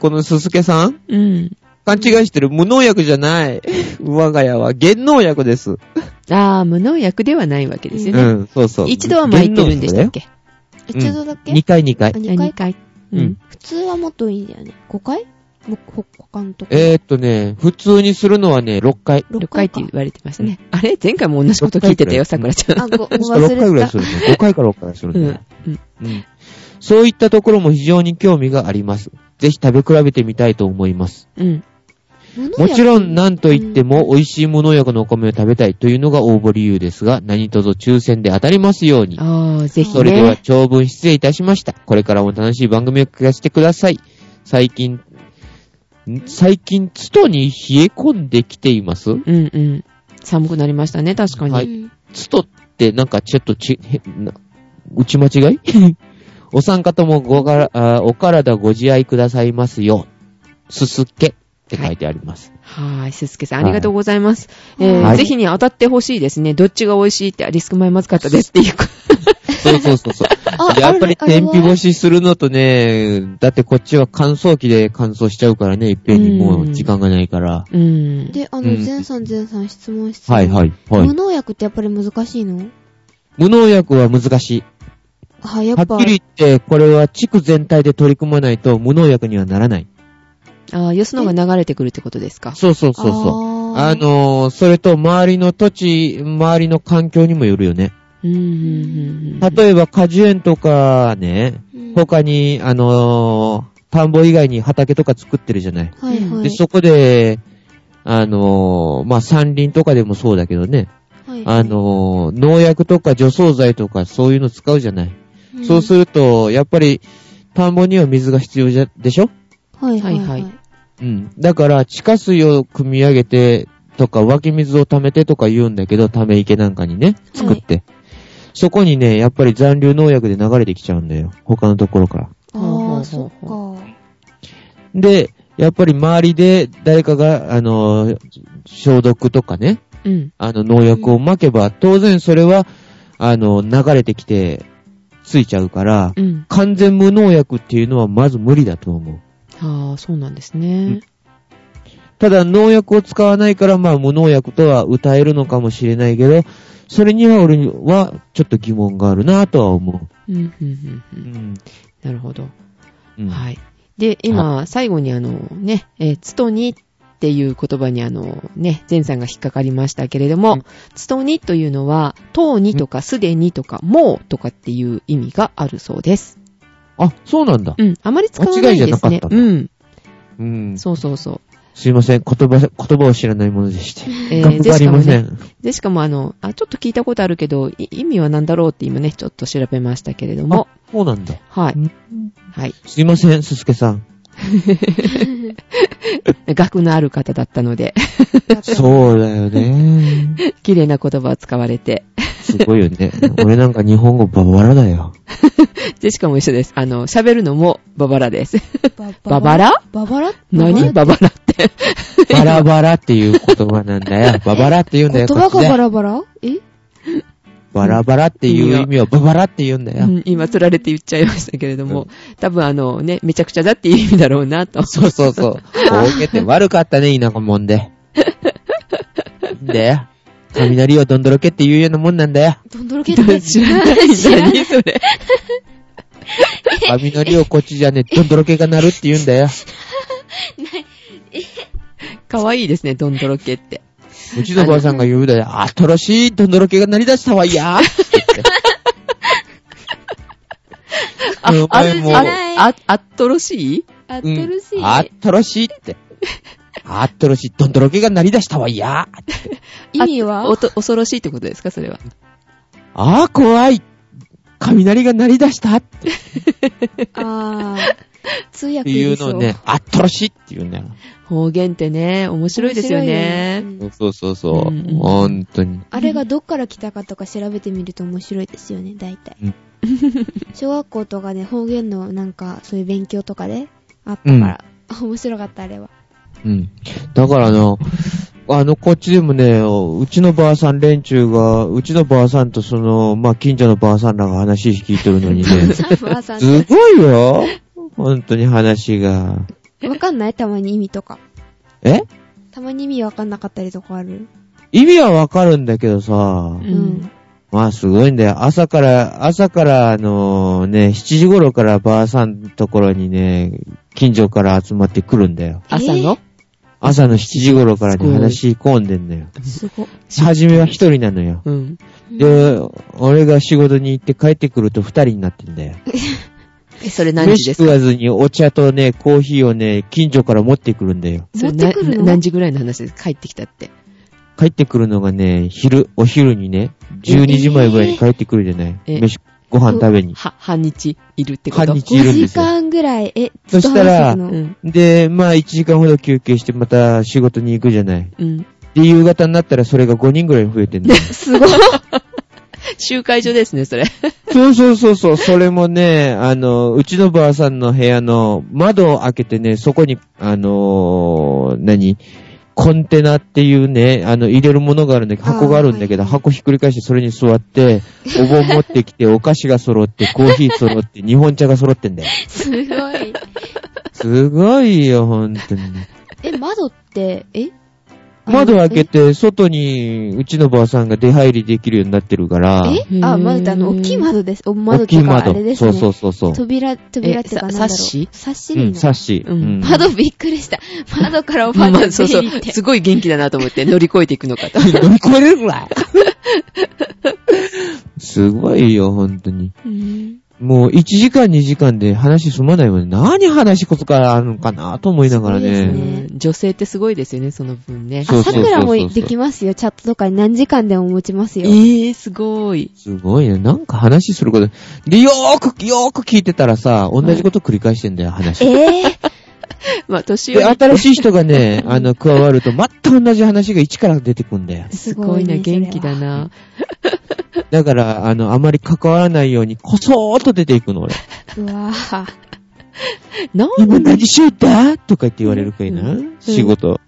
Speaker 2: このすすけさん
Speaker 3: うん。
Speaker 2: 勘違いしてる。無農薬じゃない。我が家は、原農薬です。
Speaker 3: ああ、無農薬ではないわけですよ
Speaker 2: う
Speaker 3: ね。
Speaker 2: ん、そうそう。
Speaker 3: 一度は巻いてるんでしたっけ
Speaker 1: 一度だけ
Speaker 2: 二回二回
Speaker 1: あ。二
Speaker 3: あ
Speaker 1: 回
Speaker 3: 二
Speaker 1: か。
Speaker 3: 回。
Speaker 2: うん。
Speaker 1: 普通はもっといいんだよね。5回もほ他のとこ。
Speaker 2: えー、っとね、普通にするのはね、6回。
Speaker 3: 6回って言われてましたね。あれ前回も同じこと聞いてたよ、
Speaker 2: 六
Speaker 3: さく
Speaker 2: 回
Speaker 3: らちゃん。
Speaker 1: あ、 ご、ご忘
Speaker 2: 6
Speaker 1: れ
Speaker 2: 回ぐらい
Speaker 1: てた。
Speaker 2: するね。5回か6回する
Speaker 3: うん。う
Speaker 2: ね
Speaker 3: ん。。
Speaker 2: うん。そういったところも非常に興味があります。ぜひ食べ比べてみたいと思います。
Speaker 3: うん。
Speaker 2: もちろん
Speaker 1: な、
Speaker 2: 何と言っても美味しい無農薬のお米を食べたいというのが応募理由ですが、何卒抽選で当たりますように。
Speaker 3: ああ、ぜひね。
Speaker 2: それでは長文失礼いたしました。これからも楽しい番組を聞かせてください。最近、ん最近、ストに冷え込んできています
Speaker 3: うんうん。寒くなりましたね、確かに。
Speaker 2: は
Speaker 1: はいい。
Speaker 2: ストってなんかちょっとち、へな打ち間違い お三方もごからあお体ご自愛くださいますよう。すすけって書いてあり ます。
Speaker 3: はい、すすけさん、ありがとうございます。
Speaker 1: はい
Speaker 3: えー
Speaker 2: はい
Speaker 3: ぜひね、当たってほしいですね。どっちが美味しいって、あリスク前まずかったですっていうか。
Speaker 2: そうそうそうそう。
Speaker 1: あ
Speaker 2: でやっぱり
Speaker 1: あれあれ
Speaker 2: 天
Speaker 1: は
Speaker 2: 日干しするのとね、だってこっちは乾燥機で乾燥しちゃうからね、いっぺんにもう時間がないから。
Speaker 3: うん。
Speaker 1: で、あ
Speaker 2: う
Speaker 1: の、
Speaker 2: ん
Speaker 1: ゼンさん、ゼンさん質問して。
Speaker 2: はいはいは
Speaker 1: 無
Speaker 2: い。
Speaker 1: 農薬ってやっぱり難しいの
Speaker 2: 無農薬は難しい。
Speaker 1: あ、や
Speaker 2: は
Speaker 1: っぱ。
Speaker 2: っきり言って、これは地区全体で取り組まないと無農薬にはならない。
Speaker 3: ああ、よそのが流れてくるってことですか。
Speaker 2: そうそうそうそう。
Speaker 1: う
Speaker 2: あ、のー、それと周りの土地、周りの環境にもよるよね。
Speaker 3: うん、うん、うん。
Speaker 2: 例えば果樹園とかね、
Speaker 1: うん
Speaker 2: 他に、あのー、田んぼ以外に畑とか作ってるじゃない。
Speaker 1: はいはい。
Speaker 2: で、そこで、あのー、まあ、山林とかでもそうだけどね、
Speaker 1: はいはい
Speaker 2: あ、のー、農薬とか除草剤とかそういうの使うじゃない。そうす
Speaker 1: る。
Speaker 2: ると、やっぱり、田んぼには水が必要じゃ、でしょ
Speaker 1: はいはい
Speaker 3: は
Speaker 1: はいい
Speaker 3: はい。
Speaker 2: うん。だから、地下水を汲み上げて、とか、湧き水を溜めてとか言うんだけど、ため池なんかにね、作って。そこにね、やっぱり残留農薬で流れてきちゃうんだよ。他のところから。
Speaker 1: あ
Speaker 3: ほうほうほう
Speaker 1: あ、そっか。
Speaker 2: で、やっぱり周りで誰かが、あの、消毒とかね、
Speaker 3: うん。
Speaker 2: あの、農薬を撒けば、当然それは、あの、流れてきて、ついちゃうから、
Speaker 3: うん。
Speaker 2: 完全無農薬っていうのはまず無理だと思う。
Speaker 3: ああ、そうなんですね。
Speaker 2: ただ農薬を使わないから、まあ無農薬とは歌えるのかもしれないけど、それには俺はちょっと疑問があるなとは思
Speaker 3: うん、うん、うんう。
Speaker 2: う。うんん。
Speaker 3: なるほど。
Speaker 2: うん、
Speaker 3: はい。で、今、最後にあの、ね、えーつとにっていう言葉にあの、ね、前さんが引っかかりましたけれど
Speaker 2: う
Speaker 3: も
Speaker 2: ん、
Speaker 3: つとにというのは、とうにとかすでにとか、もうとかっていう意味があるそうです。
Speaker 2: あ、そうなんだ。
Speaker 3: うん。あまり使わないん
Speaker 2: 間
Speaker 3: です
Speaker 2: 違いじゃな
Speaker 3: ね
Speaker 2: か。った
Speaker 3: うん。
Speaker 2: うん。
Speaker 3: そうそうそう。
Speaker 2: すいません。言葉、言葉を知らないものでして。
Speaker 3: え
Speaker 2: 学
Speaker 3: で
Speaker 2: があ
Speaker 3: し
Speaker 2: り
Speaker 3: かも
Speaker 2: ませ
Speaker 3: ね、
Speaker 2: ん。
Speaker 3: で、しかもあの、あ、ちょっと聞いたことあるけど、い意味は何だろうって今ね、ちょっと調べましたけれども、
Speaker 2: そうなんだ。
Speaker 3: はい
Speaker 2: うん。
Speaker 3: はい。
Speaker 2: すいません、すすけさん。
Speaker 3: 学のある方だったので、
Speaker 2: そうだよね。
Speaker 3: 綺麗な言葉を使われて、
Speaker 2: すごいよね。俺なんか日本語ババラだよ。
Speaker 3: で、しかも一緒です。あの、喋るのもババラです。
Speaker 1: バ
Speaker 3: ババラ
Speaker 1: ババラ
Speaker 3: 何
Speaker 1: バ
Speaker 3: ババラって。
Speaker 2: バラバラっていう言葉なん だよ。ババラって言うんだ
Speaker 1: 言
Speaker 2: よ。
Speaker 1: 葉
Speaker 2: こ
Speaker 1: が
Speaker 2: っちで
Speaker 1: バラバラえ
Speaker 2: バラバラっていう意味をババラって言うんだよ。
Speaker 3: うん今、釣られて言っちゃいましたけれども、多分あのね、めちゃくちゃだっていう意味だろうなと。
Speaker 2: そうそうそう。大げて悪かったね、田舎もんで。で、雷をどんどろけって言うようなもんなんだよ。
Speaker 1: どんどろけって
Speaker 3: 知らない。 何それ。
Speaker 2: 雷をこっちじゃね、どんどろけが鳴るって言うんだよ。
Speaker 3: かわいいですね、どんどろけって。
Speaker 2: うちのばあさんが言うだよ。新しいどんどろけが鳴り出したわいやーって言って。
Speaker 3: あ
Speaker 2: うん、
Speaker 3: あ、
Speaker 2: お前も
Speaker 3: あ、あ、あっとろしい
Speaker 1: あっ
Speaker 2: う
Speaker 1: てるし。
Speaker 2: ん。新しいって。新しいどんどろけが鳴り出したわいやーって。
Speaker 1: 意味
Speaker 3: あ
Speaker 1: は
Speaker 3: おと恐ろしいってことですか、それは。
Speaker 2: あー怖い。雷が鳴り出したって
Speaker 1: あー通訳
Speaker 2: い
Speaker 1: で
Speaker 2: う
Speaker 1: し
Speaker 2: の
Speaker 1: ょ
Speaker 2: をね、新しいって言うんだよ。
Speaker 3: 方言ってね、面白いですよね。
Speaker 1: 面白いようん
Speaker 2: そうそうそう。
Speaker 3: うんうん
Speaker 2: ほんとに。
Speaker 1: あれがどっから来たかとか調べてみると面白いですよね、大体
Speaker 2: うん。
Speaker 1: 小学校とかね、方言のなんか、そういう勉強とかであったから、面白かった、あれは。
Speaker 2: うん。だからな、あの、こっちでもね、うちのばあさん連中が、うちのばあさんとその、まあ、近所のばあさんらが話聞いてるのに ね、
Speaker 1: サーファーさんっ
Speaker 2: すごいよ本当に話が。
Speaker 1: てわかんないたまに意味とか。
Speaker 2: え
Speaker 1: たまに意味わかんなかったりとかある。
Speaker 2: 意味はわかるんだけどさ、
Speaker 1: うん
Speaker 3: う
Speaker 1: ん。
Speaker 2: まあすごいんだよ。朝から、朝からあのね、7時頃からばあさんところにね、近所から集まってくるんだよ。
Speaker 3: 朝の、
Speaker 2: 朝の7時頃からに話し込んでんのよ。
Speaker 1: すごい。
Speaker 2: 初めは一人なのよ。
Speaker 3: うん。
Speaker 2: で、俺が仕事に行って帰ってくると二人になってんだよ。
Speaker 3: え、それ何
Speaker 2: 飯
Speaker 3: 時です
Speaker 2: 食
Speaker 3: か
Speaker 2: わずにお茶とね、コーヒーをね、近所から持ってくるんだよ。
Speaker 3: それ
Speaker 1: 持ってくるの
Speaker 3: な何時ぐらいの話ですか帰ってきたって。
Speaker 2: 帰ってくるのがね、昼、お昼にね、12時前ぐらいに帰ってくるじゃない。
Speaker 3: えー
Speaker 2: 飯、ご飯食べに。
Speaker 3: は、半日いるってこと
Speaker 2: 半日い
Speaker 1: 5
Speaker 2: るんで
Speaker 1: 時
Speaker 2: すよ。
Speaker 1: 間ぐらい、え、
Speaker 2: そし
Speaker 1: ずっ
Speaker 2: たら
Speaker 1: と話してん
Speaker 3: う
Speaker 1: の
Speaker 3: ん。
Speaker 2: で、まあ1時間ほど休憩してまた仕事に行くじゃない。
Speaker 3: うん。
Speaker 2: で、夕方になったらそれが5人ぐらいに増えてん だよ。
Speaker 3: すごい。集会所ですね、それ。
Speaker 2: そうそうそうそう、それもね、あの、うちのばあさんの部屋の窓を開けてね、そこに、あのー何コンテナっていうね、あの、入れるものがあるんだけど、
Speaker 1: あー
Speaker 2: 箱があるんだけど、
Speaker 1: はい
Speaker 2: 箱ひっくり返してそれに座って、お盆持ってきて、 お菓子が揃って、コーヒー揃って、日本茶が揃ってんだよ。
Speaker 1: すごい。
Speaker 2: すごいよ、ほんとに。
Speaker 1: え、窓って、え
Speaker 2: 窓開けて、外に、うちのばあさんが出入りできるようになってるから、
Speaker 1: えあ、窓ってあの、大きい窓です。お窓
Speaker 2: 大
Speaker 1: って
Speaker 2: き
Speaker 1: い
Speaker 2: いう
Speaker 1: か、
Speaker 2: 窓。
Speaker 1: あれです
Speaker 2: そ
Speaker 1: ね。
Speaker 2: うそうそうそう。
Speaker 1: 扉、扉っていうかなんだろ
Speaker 3: えさ
Speaker 1: う。
Speaker 3: サッシ
Speaker 1: サッシ
Speaker 2: う
Speaker 1: 類
Speaker 2: ん、
Speaker 1: の
Speaker 2: サッ。シ。
Speaker 3: うん
Speaker 2: うん
Speaker 1: 窓びっくりした。窓からおばあちゃん
Speaker 3: ま
Speaker 1: 出入
Speaker 3: あ、そうそう
Speaker 1: りっ。て。
Speaker 3: すごい元気だなと思 って乗り越えていくのかと。
Speaker 2: 乗り越えれるぐらい。 すごいよ、本当に。
Speaker 1: うん
Speaker 2: もう1時間2時間で話すまないもんね。何話すことがあるのかなと思いながら
Speaker 1: そう
Speaker 2: ね。
Speaker 1: ですね
Speaker 3: うん女性ってすごいですよね、その分ね。
Speaker 2: そう
Speaker 1: あ、
Speaker 2: そう
Speaker 1: さ
Speaker 2: そうそう
Speaker 1: くらもできますよ。チャットとかに何時間でも持ちます
Speaker 3: え
Speaker 1: よ。
Speaker 3: ー、すごい。
Speaker 2: すごいね。なんか話すること。で、よーく、よーく聞いてたらさ、同じこと繰り返してんだよ、話。
Speaker 1: ええ
Speaker 3: まあ、年寄
Speaker 2: で、
Speaker 3: り。
Speaker 2: 新しい人がね、あの、加わると、全く同じ話が一から出てくんだよ。
Speaker 3: すご
Speaker 1: す
Speaker 3: いな、
Speaker 1: ごいね
Speaker 3: 元気だな。
Speaker 2: だから、あの、あまり関わらないように、こそーっと出ていくの、俺。
Speaker 1: うわぁ。
Speaker 3: なん
Speaker 2: 今何しよったとかって言われるかいな、
Speaker 3: うん
Speaker 2: 仕事。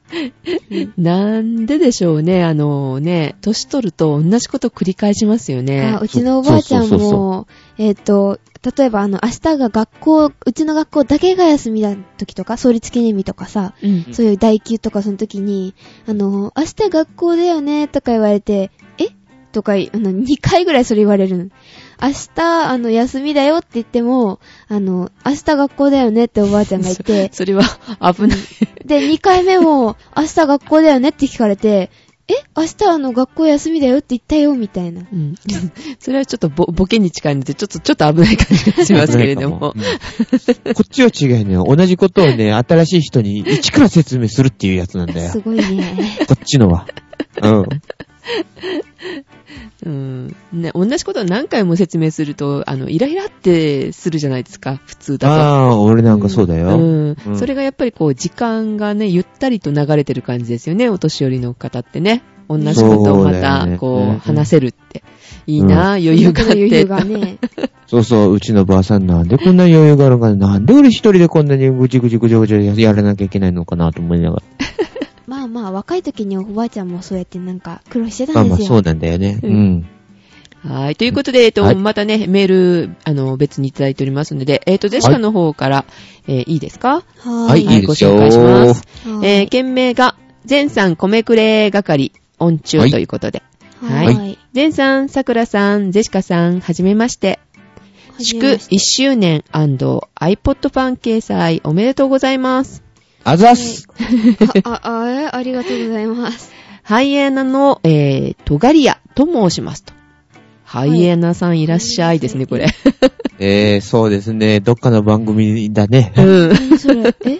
Speaker 3: なんででしょうね、あのね、年取ると同じこと繰り返しますよね
Speaker 1: あ。うちのおばあちゃん
Speaker 2: そうそうそう
Speaker 1: も、えっ、と、例えばあの、明日が学校、うちの学校だけが休みだ時とか、創立記念日とかさ、
Speaker 3: うん
Speaker 1: そういう代休とかその時に、あの、明日学校だよね、とか言われて、えとか、あの、2回ぐらいそれ言われるの明日、あの、休みだよって言っても、あの、明日学校だよねっておばあちゃんが言っ て、
Speaker 3: それは危ない。
Speaker 1: で、2回目も、明日学校だよねって聞かれて、え明日あの、学校休みだよって言ったよ、みたいな。
Speaker 3: うんそれはちょっとボボケに近いので、ちょっと、ちょっと危ない感じがしますけれども
Speaker 2: う。ん。こっちは違いね。同じことをね、新しい人に一から説明するっていうやつなんだよ
Speaker 1: す。ごい ね。
Speaker 2: こっちのは。 うん。
Speaker 3: うんね、同じことを何回も説明すると、あの、イライラってするじゃないですか、普通だと。
Speaker 2: ああー、俺なんかそうだ
Speaker 3: う
Speaker 2: よ。
Speaker 3: ん
Speaker 2: うん
Speaker 3: それがやっぱりこう、時間がね、ゆったりと流れてる感じですよね、お年寄りの方ってね。同じことを
Speaker 2: そ
Speaker 3: ま
Speaker 2: うだよね
Speaker 3: た、こ
Speaker 2: う
Speaker 3: う、
Speaker 2: ん
Speaker 3: 話せるって。いいな、余裕があっ
Speaker 1: 余
Speaker 3: て
Speaker 1: 裕。がね。
Speaker 2: そうそう、うちのばあさんなんでこんな余裕があるのかななんで俺一人でこんなにぐちぐちぐちぐちやらなきゃいけないのかなと思いながら。
Speaker 1: まあまあ、若い時におばあちゃんもそうやってなんか苦労して
Speaker 2: ま
Speaker 1: た
Speaker 2: あ
Speaker 1: んで
Speaker 2: まあ
Speaker 1: すよ。
Speaker 2: そうなんだよね。うん。
Speaker 3: はい。ということで、えっと、
Speaker 2: はい
Speaker 3: またね、メール、あの、別にいただいておりますので、えっと、ジェシカの方から、えーいいですか
Speaker 2: は、
Speaker 1: はい
Speaker 2: いいですよ。
Speaker 3: ご紹介します
Speaker 1: はい
Speaker 3: えー、件名が、全さん米くれ係、音
Speaker 2: は
Speaker 3: 中
Speaker 2: い
Speaker 3: ということで。
Speaker 1: は。
Speaker 2: はいい
Speaker 1: はい
Speaker 3: 全、さん、さくらさん、ジェシカさん、はじめまして。祝1周年 &iPod 版掲載おめでとうございます。
Speaker 2: あざっす。
Speaker 1: あ、あ、あえありがとうございます。
Speaker 3: ハイエナの、えー、トガリアと申しますと。ハイエナさんいらっしゃいですね、これ。
Speaker 2: えー、そうですね。どっかの番組だね。
Speaker 3: うん。
Speaker 1: 何それ、え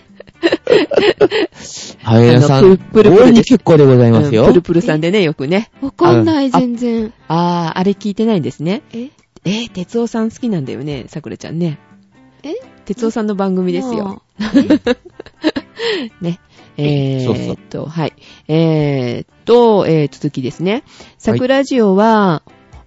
Speaker 2: はやさ
Speaker 3: あの
Speaker 2: ん、
Speaker 3: プルプルプル
Speaker 2: 大いに結構でございます
Speaker 3: プ
Speaker 2: よ
Speaker 3: ル。プルさんでね、よくね。
Speaker 1: わかんない、全然。
Speaker 3: あー、あれ聞いてないんですね。
Speaker 1: え
Speaker 3: えー、哲夫さん好きなんだよね、さくらちゃんね。
Speaker 1: え
Speaker 3: 哲夫さんの番組ですよ。。ね。えー、
Speaker 2: そうそう
Speaker 3: えーっと、はい。えー、っと、えー、続きですね。さくらジオは、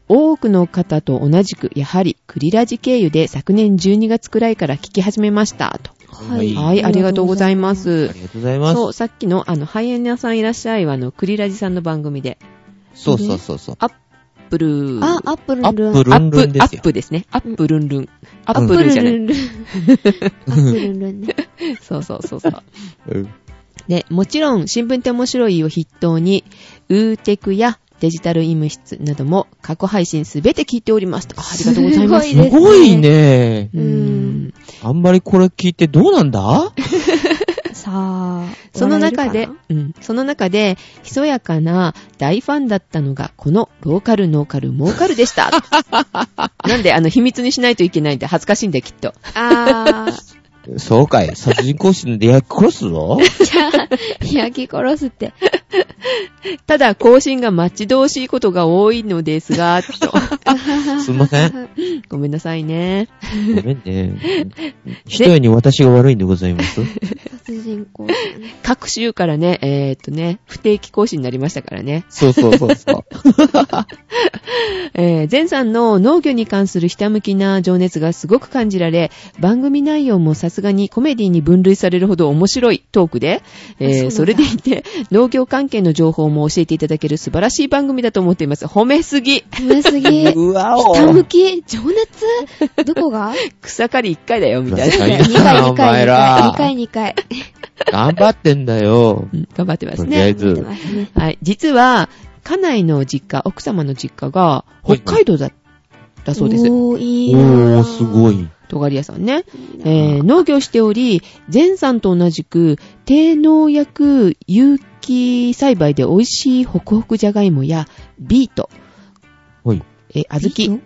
Speaker 3: 多くの方と同じく、やはり、クリラジ経由で昨年12月くらいから聞き始めました、と。
Speaker 1: は
Speaker 2: うん
Speaker 1: い。
Speaker 3: はい、ありがとうございま。す
Speaker 2: あ。りがとうございます。
Speaker 3: そう、さっきの、あの、ハイエナさんいらっしゃいは、あの、クリラジさんの番組で、
Speaker 2: そうそうそうそう。
Speaker 3: ブルー。
Speaker 1: あ、アップルン
Speaker 2: アッ
Speaker 1: ルン。
Speaker 2: プ
Speaker 1: ル
Speaker 2: ルンルンで
Speaker 3: ア
Speaker 2: す
Speaker 3: ッ
Speaker 2: よ。
Speaker 3: プですね。アップルンルン。ア
Speaker 1: ア
Speaker 3: ッ
Speaker 1: ッ
Speaker 3: プ
Speaker 1: プ
Speaker 3: ル
Speaker 1: ル
Speaker 3: じゃない。
Speaker 1: ンルン。アップルンルン ね。
Speaker 3: そうそうそうそう。
Speaker 2: うん
Speaker 3: で、もちろん、新聞って面白いを筆頭に、ウーテクやデジタル医務室なども過去配信すべて聞いておりますと。あありがとうございます。
Speaker 1: すごいです
Speaker 2: ごいね。
Speaker 3: うーん。
Speaker 2: あんまりこれ聞いてどうなんだ
Speaker 1: さあ、
Speaker 3: その中
Speaker 1: 終われ
Speaker 3: で
Speaker 1: るかな、
Speaker 3: うん、その中で、ひそやかな大ファンだったのが、このローカル、ノーカル、モーカル でした。なんで、あの、秘密にしないといけないんで、恥ずかしいんだよ、きっと。
Speaker 1: あー、
Speaker 2: そうかい。殺人講師の出会い殺すぞ。
Speaker 1: じゃあ、 焼き殺すって。
Speaker 3: ただ、更新が待ち遠しいことが多いので すが、と。
Speaker 2: すいません。
Speaker 3: ごめんなさいね。
Speaker 2: ごめんね。ひとえに私が悪いんでございます。
Speaker 1: 殺人講師ね。
Speaker 3: 各週からね、えーっとね、不定期更新になりましたからね。
Speaker 2: そうそうそうそう。
Speaker 3: えー、前さんの農業に関するひたむきな情熱がすごく感じられ、番組内容もさすがにコメディに分類されるほど面白いトークで、えー
Speaker 1: そうなんだ
Speaker 3: それでいて、農業関係の情報も教えていただける素晴らしい番組だと思っています。褒めすぎ
Speaker 1: 褒めすぎ。
Speaker 2: うわお。
Speaker 1: たむき情熱どこが
Speaker 3: 草刈り1回だよ、みたい
Speaker 2: 草刈
Speaker 3: な。
Speaker 2: り
Speaker 1: ?2 回
Speaker 2: お
Speaker 1: 2回
Speaker 2: 前ら
Speaker 1: 2回2回。
Speaker 2: 頑張ってんだよ。
Speaker 3: うん頑張ってます
Speaker 2: とりあ
Speaker 1: 出
Speaker 2: え
Speaker 3: ね。
Speaker 1: て
Speaker 2: ず。
Speaker 1: ますね。
Speaker 3: はい。実は、家内の実家、奥様の実家が、北海道だったそうです。
Speaker 1: おー、いい
Speaker 2: お
Speaker 1: な
Speaker 2: ー、すご
Speaker 1: い。
Speaker 2: い。
Speaker 3: とがり屋さんね。
Speaker 1: いいな
Speaker 3: えー農業しており、前さんと同じく、低農薬有機栽培で美味しいホクホクじゃがいもや、ビート、
Speaker 2: はい。
Speaker 3: えー、小豆、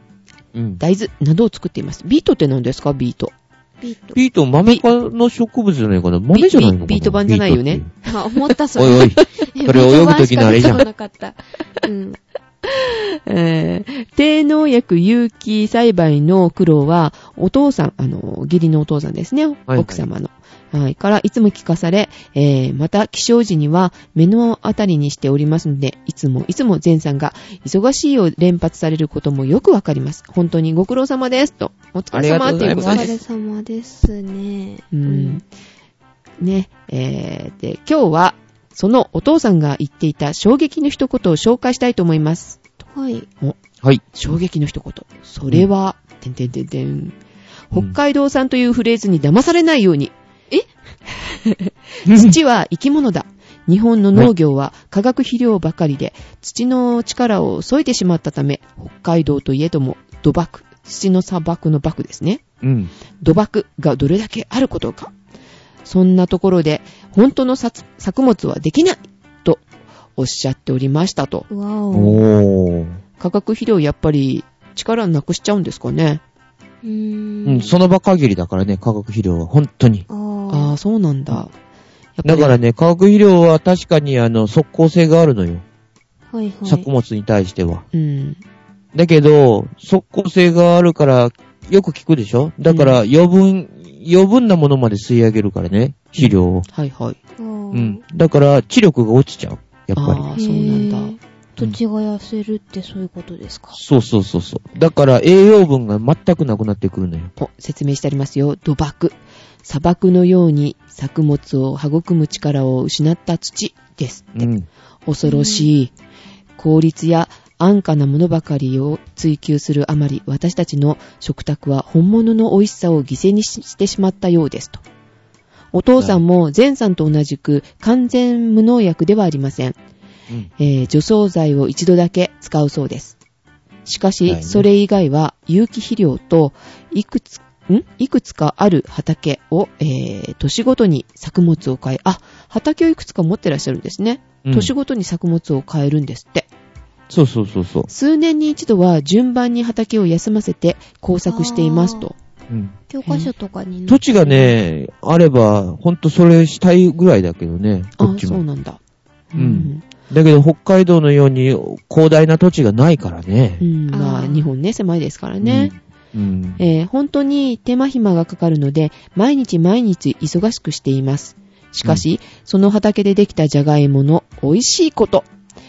Speaker 2: うん。
Speaker 3: 大豆などを作っています。ビートって何ですかビート。
Speaker 1: ビート。
Speaker 2: ピート、豆科の植物じゃないかな豆じゃないのかな
Speaker 3: ビビート版じゃないよね
Speaker 2: ビートっ
Speaker 1: まあ、思った
Speaker 2: て
Speaker 1: そ
Speaker 2: いう
Speaker 1: れ。
Speaker 2: おいおい。それ泳ぐ時のあれじゃん
Speaker 1: ビート板しか出てこ なかったうん。
Speaker 3: えー低農薬有機栽培の苦労は、お父さん、あの、義理のお父さんですね、
Speaker 2: はい
Speaker 3: 奥様の。はい。から、いつも聞かされ、えー、また、起床時には、目のあたりにしておりますので、いつも、いつも前さんが、忙しいを連発されることもよくわかります。本当にご苦労様です。と。お疲れ様
Speaker 2: あ
Speaker 3: と
Speaker 2: り
Speaker 3: い
Speaker 2: が
Speaker 3: う
Speaker 2: と
Speaker 1: お
Speaker 2: うご
Speaker 3: こ
Speaker 2: ざ
Speaker 3: と
Speaker 2: い
Speaker 1: 疲
Speaker 2: ま
Speaker 3: です。
Speaker 1: れ様ですね。
Speaker 3: う。ん。ね、えー、で、今日は、そのお父さんが言っていた衝撃の一言を紹介したいと思います。
Speaker 1: はい。
Speaker 2: はい。
Speaker 3: 衝撃の一言。それは、てんてんてんてん。
Speaker 2: う
Speaker 3: 北
Speaker 2: ん
Speaker 3: 海道産というフレーズに騙されないように。
Speaker 2: うん
Speaker 3: 土は生き物だ。日本の農業は化学肥料ばかりで、土の力を削いてしまったため、北海道といえども土漠、土の砂漠の漠ですね。
Speaker 2: うん。
Speaker 3: 土漠がどれだけあることか。そんなところで、本当の作作物はできないとおっしゃっておりましたと。
Speaker 1: わお。う
Speaker 2: おー。
Speaker 3: 化学肥料やっぱり力なくしちゃうんですかね。
Speaker 1: ー
Speaker 2: うんん、その場限りだからね、化学肥料は、本当に。
Speaker 1: あ
Speaker 3: ああ、そうなんだ。やっぱ
Speaker 2: だ
Speaker 3: り
Speaker 2: からね、化学肥料は確かに、あの、即効性があるのよ。
Speaker 1: あ。はいはい。
Speaker 2: 作物に対しては。
Speaker 3: うん。
Speaker 2: だけど、即効性があるから、よく聞くでしょだから、余分、余分なものまで吸い上げるからね、肥料を。
Speaker 3: はいはい。
Speaker 1: う
Speaker 2: うん。。だから、知力が落ちちゃう。やっぱり。
Speaker 3: あーそうなんだ。
Speaker 1: 土地が痩せるってそういうことですか。
Speaker 2: そうそうそうそう。だから、栄養分が全くなくなってくるのよ。
Speaker 3: お、説明してありますよ。土漠。砂漠のように作物を育む力を失った土ですって。
Speaker 2: うん。
Speaker 3: 恐ろしい。効率や安価なものばかりを追求するあまり、私たちの食卓は本物の美味しさを犠牲にししてしまったようですと。お父さんも前さんと同じく完全無農薬ではありません。
Speaker 2: うん。
Speaker 3: えー除草剤を一度だけ使うそうです。しか
Speaker 2: はい
Speaker 3: し、
Speaker 2: ね
Speaker 3: それ以外は有機肥料と、いくつ、んいくつかある畑を、えー年ごとに作物を変え、あ、畑をいくつか持ってらっしゃるんですね。
Speaker 2: うん
Speaker 3: 年ごとに作物を変えるんですって。
Speaker 2: そうそうそうそう。
Speaker 3: 数年に一度は順番に畑を休ませて工作していますと。
Speaker 2: うん。
Speaker 1: 教科書とかに
Speaker 2: 土地が、ね、あれば、ほんとそれしたいぐらいだけどね、こ
Speaker 3: あ
Speaker 2: っ、ち
Speaker 3: そう
Speaker 2: も。
Speaker 3: なんだ。
Speaker 2: うん。だけど北海道のように広大な土地がないからね
Speaker 3: う。ん。まあ、
Speaker 1: あー
Speaker 3: 日本ね、狭いですからね。
Speaker 2: うん。うん。
Speaker 3: えー本当に手間暇がかかるので、毎日毎日忙しくしています。しかし、その畑でできたジャガイモの美味しいこと、